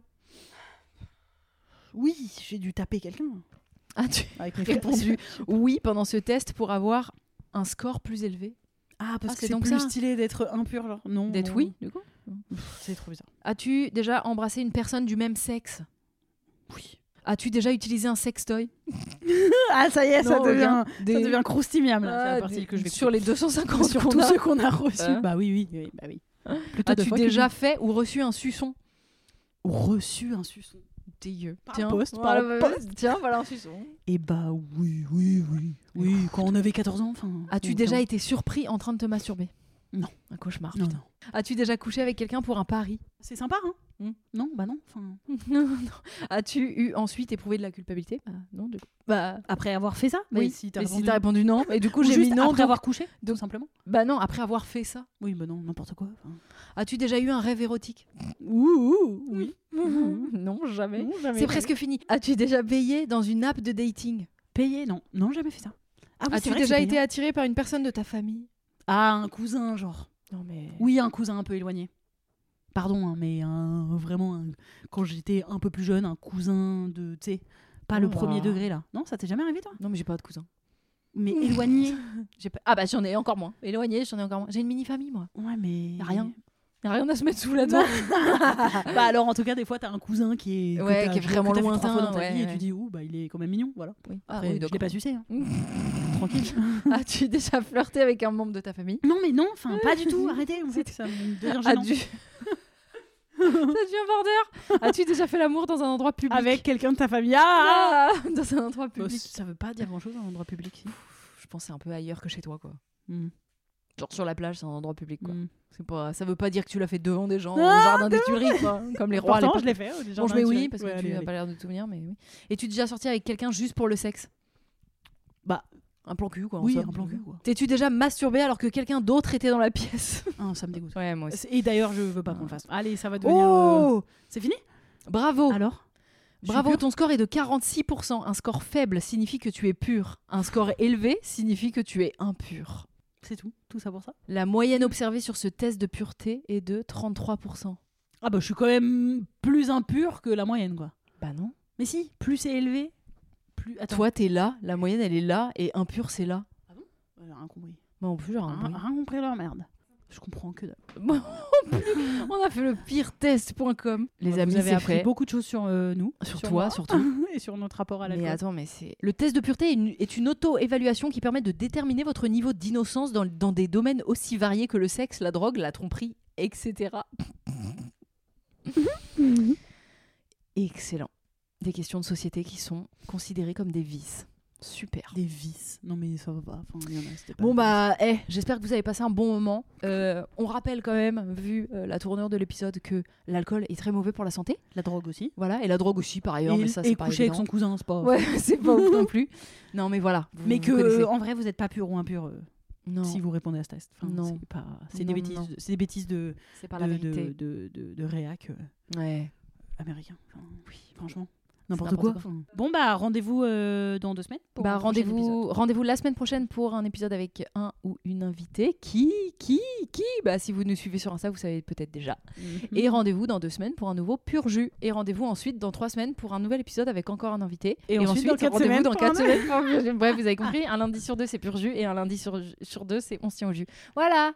Speaker 2: Oui, j'ai dû taper quelqu'un.
Speaker 1: As-tu
Speaker 2: Avec mes
Speaker 1: répondu oui pendant ce test pour avoir un score plus élevé
Speaker 2: Ah, parce
Speaker 1: Ah,
Speaker 2: que
Speaker 1: c'est
Speaker 2: c'est
Speaker 1: donc
Speaker 2: plus
Speaker 1: ça.
Speaker 2: stylé d'être impur, genre. Non.
Speaker 1: D'être
Speaker 2: non,
Speaker 1: oui, du coup
Speaker 2: non. Pff, C'est trop bizarre.
Speaker 1: As-tu déjà embrassé une personne du même sexe
Speaker 2: Oui.
Speaker 1: As-tu déjà utilisé un sextoy
Speaker 2: Ah, ça y est, ça
Speaker 1: Non,
Speaker 2: devient,
Speaker 1: regarde, des-
Speaker 2: ça devient croustimiam, là.
Speaker 1: Ah,
Speaker 2: c'est la partie
Speaker 1: des-
Speaker 2: que je vais
Speaker 1: Sur les 250
Speaker 2: sur
Speaker 1: qu'on
Speaker 2: tous
Speaker 1: a.
Speaker 2: ceux qu'on a reçus.
Speaker 1: Hein
Speaker 2: Bah oui, oui, oui, bah oui. Plutôt deux
Speaker 1: As-tu
Speaker 2: fois que
Speaker 1: déjà fait ou reçu un suçon
Speaker 2: une. reçu un suçon
Speaker 1: Dégueu.
Speaker 2: Par
Speaker 1: Tiens,
Speaker 2: poste, par
Speaker 1: voilà,
Speaker 2: la
Speaker 1: voilà,
Speaker 2: poste.
Speaker 1: Tiens, voilà un suçon.
Speaker 2: Eh bah oui, oui, oui. Oui, quand on avait 14 ans, enfin.
Speaker 1: As-tu
Speaker 2: donc,
Speaker 1: déjà
Speaker 2: hein.
Speaker 1: été surpris en train de te masturber
Speaker 2: Non.
Speaker 1: Un cauchemar.
Speaker 2: Non,
Speaker 1: putain.
Speaker 2: non.
Speaker 1: As-tu déjà couché avec quelqu'un pour un pari
Speaker 2: C'est sympa, hein
Speaker 1: Hmm.
Speaker 2: Non, bah non. Enfin,
Speaker 1: Non, non. As-tu eu ensuite éprouvé de la culpabilité Bah non, du coup. Bah
Speaker 2: Après avoir fait ça
Speaker 1: oui.
Speaker 2: si t'as
Speaker 1: Mais si
Speaker 2: répondu-
Speaker 1: t'as répondu non, et du coup
Speaker 2: Ou
Speaker 1: j'ai
Speaker 2: juste
Speaker 1: mis non.
Speaker 2: après
Speaker 1: donc-
Speaker 2: avoir couché,
Speaker 1: donc-
Speaker 2: tout simplement.
Speaker 1: Bah non, après avoir fait ça.
Speaker 2: Oui, bah non, n'importe quoi. enfin.
Speaker 1: As-tu déjà eu un rêve érotique
Speaker 2: Ouh, oui.
Speaker 1: Mhm. Non, jamais. Ah C'est presque fini. As-tu déjà veillé dans une app de dating
Speaker 2: payé, non. Non, jamais fait ça. Ah, oui, c'est
Speaker 1: As-tu
Speaker 2: vrai que
Speaker 1: déjà
Speaker 2: c'est
Speaker 1: été
Speaker 2: payant.
Speaker 1: attiré par une personne de ta famille
Speaker 2: Ah, un cousin, genre.
Speaker 1: Non mais.
Speaker 2: Oui, un cousin un peu éloigné. Pardon, hein, mais un- vraiment, un- quand j'étais un peu plus jeune, un cousin de. Tu sais, pas le
Speaker 1: Oh là.
Speaker 2: premier degré là. Non, ça t'est jamais arrivé toi
Speaker 1: Non mais j'ai pas de cousin.
Speaker 2: Mais éloigné.
Speaker 1: J'ai pas- Ah bah j'en ai encore moins. Éloigné, j'en ai encore moins. J'ai une mini famille moi.
Speaker 2: Ouais, mais.
Speaker 1: Y a rien. Y a rien à se mettre sous la dent.
Speaker 2: bah alors, en tout cas, des fois, t'as un cousin qui est. que
Speaker 1: Ouais,
Speaker 2: t'as-
Speaker 1: qui est
Speaker 2: que
Speaker 1: vraiment
Speaker 2: t'as vu trois
Speaker 1: lointain,
Speaker 2: fois dans ta
Speaker 1: ouais,
Speaker 2: vie Et
Speaker 1: ouais.
Speaker 2: tu dis, ouh, bah il est quand même mignon, voilà.
Speaker 1: Oui. Ah
Speaker 2: Après,
Speaker 1: oui,
Speaker 2: je l'ai
Speaker 1: d'accord.
Speaker 2: pas sucé. hein.
Speaker 1: Mm.
Speaker 2: Tranquille.
Speaker 1: As-tu déjà flirté avec un membre de ta famille
Speaker 2: non, mais non, enfin, pas du tout. Arrêtez, en fait, ça me devient gênant.
Speaker 1: As-tu- Ça devient border. As-tu déjà fait l'amour dans un endroit public
Speaker 2: Avec quelqu'un de ta famille. Ah
Speaker 1: Ah, Oh, dans un endroit
Speaker 2: Bah,
Speaker 1: public.
Speaker 2: ça veut pas dire grand chose, un endroit public. Si.
Speaker 1: Je pensais un peu ailleurs que chez toi quoi.
Speaker 2: Mm.
Speaker 1: Genre sur la plage, c'est un endroit public quoi.
Speaker 2: Mm.
Speaker 1: C'est pas ça veut pas dire que tu l'as fait devant des gens au
Speaker 2: Ah,
Speaker 1: jardin des Tuileries quoi, comme les rois à
Speaker 2: Pourtant,
Speaker 1: l'époque.
Speaker 2: je l'ai fait. euh, déjà,
Speaker 1: Bon,
Speaker 2: on
Speaker 1: je
Speaker 2: a
Speaker 1: mets
Speaker 2: un
Speaker 1: oui
Speaker 2: petit-
Speaker 1: parce que
Speaker 2: Ouais,
Speaker 1: tu
Speaker 2: allez,
Speaker 1: n'as
Speaker 2: allez.
Speaker 1: pas l'air de te souvenir mais oui. Et tu es déjà sorti avec quelqu'un juste pour le sexe
Speaker 2: Bah,
Speaker 1: un plan cul quoi. en Mm.
Speaker 2: oui,
Speaker 1: somme.
Speaker 2: un plan cul, quoi.
Speaker 1: T'es-tu déjà masturbé alors que quelqu'un d'autre était dans la pièce
Speaker 2: Ah, ça me dégoûte.
Speaker 1: Ouais, moi
Speaker 2: Et d'ailleurs, je veux pas qu'on le fasse. Allez, ça va devenir. euh,
Speaker 1: Ah. Oh
Speaker 2: C'est fini
Speaker 1: Bravo
Speaker 2: Alors Je suis
Speaker 1: Bravo,
Speaker 2: pure.
Speaker 1: ton score est de 46%. Un score faible signifie que tu es pur. Un score élevé signifie que tu es impur.
Speaker 2: C'est tout. Tout ça pour ça
Speaker 1: La moyenne observée sur ce test de pureté est de 33%.
Speaker 2: Ah, bah, je suis quand même plus impure que la moyenne, quoi.
Speaker 1: Bah non.
Speaker 2: Mais si, plus c'est élevé, plus. Attends.
Speaker 1: Toi, t'es là, la moyenne, elle est là, et impur, c'est là. Bah,
Speaker 2: J'ai rien compris.
Speaker 1: Moi, en plus, j'ai rien
Speaker 2: Rien,
Speaker 1: compris.
Speaker 2: rien compris leur merde. Je comprends que dalle.
Speaker 1: Moi, Ah, en plus, On a fait le pire test.com. Les
Speaker 2: Vous
Speaker 1: amis,
Speaker 2: avez
Speaker 1: c'est
Speaker 2: appris
Speaker 1: fait.
Speaker 2: beaucoup de choses sur euh, nous.
Speaker 1: Sur
Speaker 2: moi.
Speaker 1: toi, surtout.
Speaker 2: et sur notre rapport à
Speaker 1: Mais
Speaker 2: l'alcool.
Speaker 1: attends, mais c'est. Le test de pureté est une, est une auto-évaluation qui permet de déterminer votre niveau d'innocence dans, dans des domaines aussi variés que le sexe, la drogue, la tromperie, etc.
Speaker 2: Mhm.
Speaker 1: Excellent. Des questions de société qui sont considérées comme des vices. Super.
Speaker 2: Des vices. Non, mais ça va pas. Enfin, il y en a, c'était pas-
Speaker 1: Bon bah, eh, j'espère que vous avez passé un bon moment. Euh, on rappelle quand même, vu euh, la tournure de l'épisode, que l'alcool est très mauvais pour la santé.
Speaker 2: La drogue aussi.
Speaker 1: Voilà, et la drogue aussi par
Speaker 2: Et,
Speaker 1: ailleurs, mais ça c'est
Speaker 2: et
Speaker 1: pas
Speaker 2: coucher avec
Speaker 1: évident.
Speaker 2: son cousin, c'est pas.
Speaker 1: Ouais, c'est pas ouf non plus. Non mais voilà. vous-
Speaker 2: Mais
Speaker 1: vous
Speaker 2: que,
Speaker 1: connaissez.
Speaker 2: euh, en vrai, vous n'êtes pas pur ou impur euh,
Speaker 1: Non.
Speaker 2: si vous répondez à ce test. Enfin,
Speaker 1: Non.
Speaker 2: C'est pas- c'est des
Speaker 1: Non,
Speaker 2: bêtises.
Speaker 1: non.
Speaker 2: C'est des bêtises de.
Speaker 1: C'est pas
Speaker 2: de,
Speaker 1: la
Speaker 2: de-
Speaker 1: vérité.
Speaker 2: de- de- de réac euh,
Speaker 1: Ouais.
Speaker 2: américain. Enfin, oui, franchement. N'importe
Speaker 1: n'importe
Speaker 2: quoi.
Speaker 1: quoi.
Speaker 2: Enfin, Bon, bah, rendez-vous euh, dans deux semaines. Pour
Speaker 1: Bah,
Speaker 2: un prochain épisode.
Speaker 1: rendez-vous rendez-vous la semaine prochaine pour un épisode avec un ou une invitée qui qui qui bah si vous nous suivez sur Insta vous savez peut-être déjà
Speaker 2: Mhm.
Speaker 1: et rendez-vous dans deux semaines pour un nouveau pur jus et rendez-vous ensuite dans trois semaines pour un nouvel épisode avec encore un invité
Speaker 2: Et ensuite, dans quatre
Speaker 1: rendez-vous
Speaker 2: semaines
Speaker 1: dans
Speaker 2: pour
Speaker 1: quatre
Speaker 2: un-
Speaker 1: semaines pour un pur jus. bref vous avez compris un lundi sur deux c'est pur jus et un lundi sur, sur deux c'est on s'y en jus voilà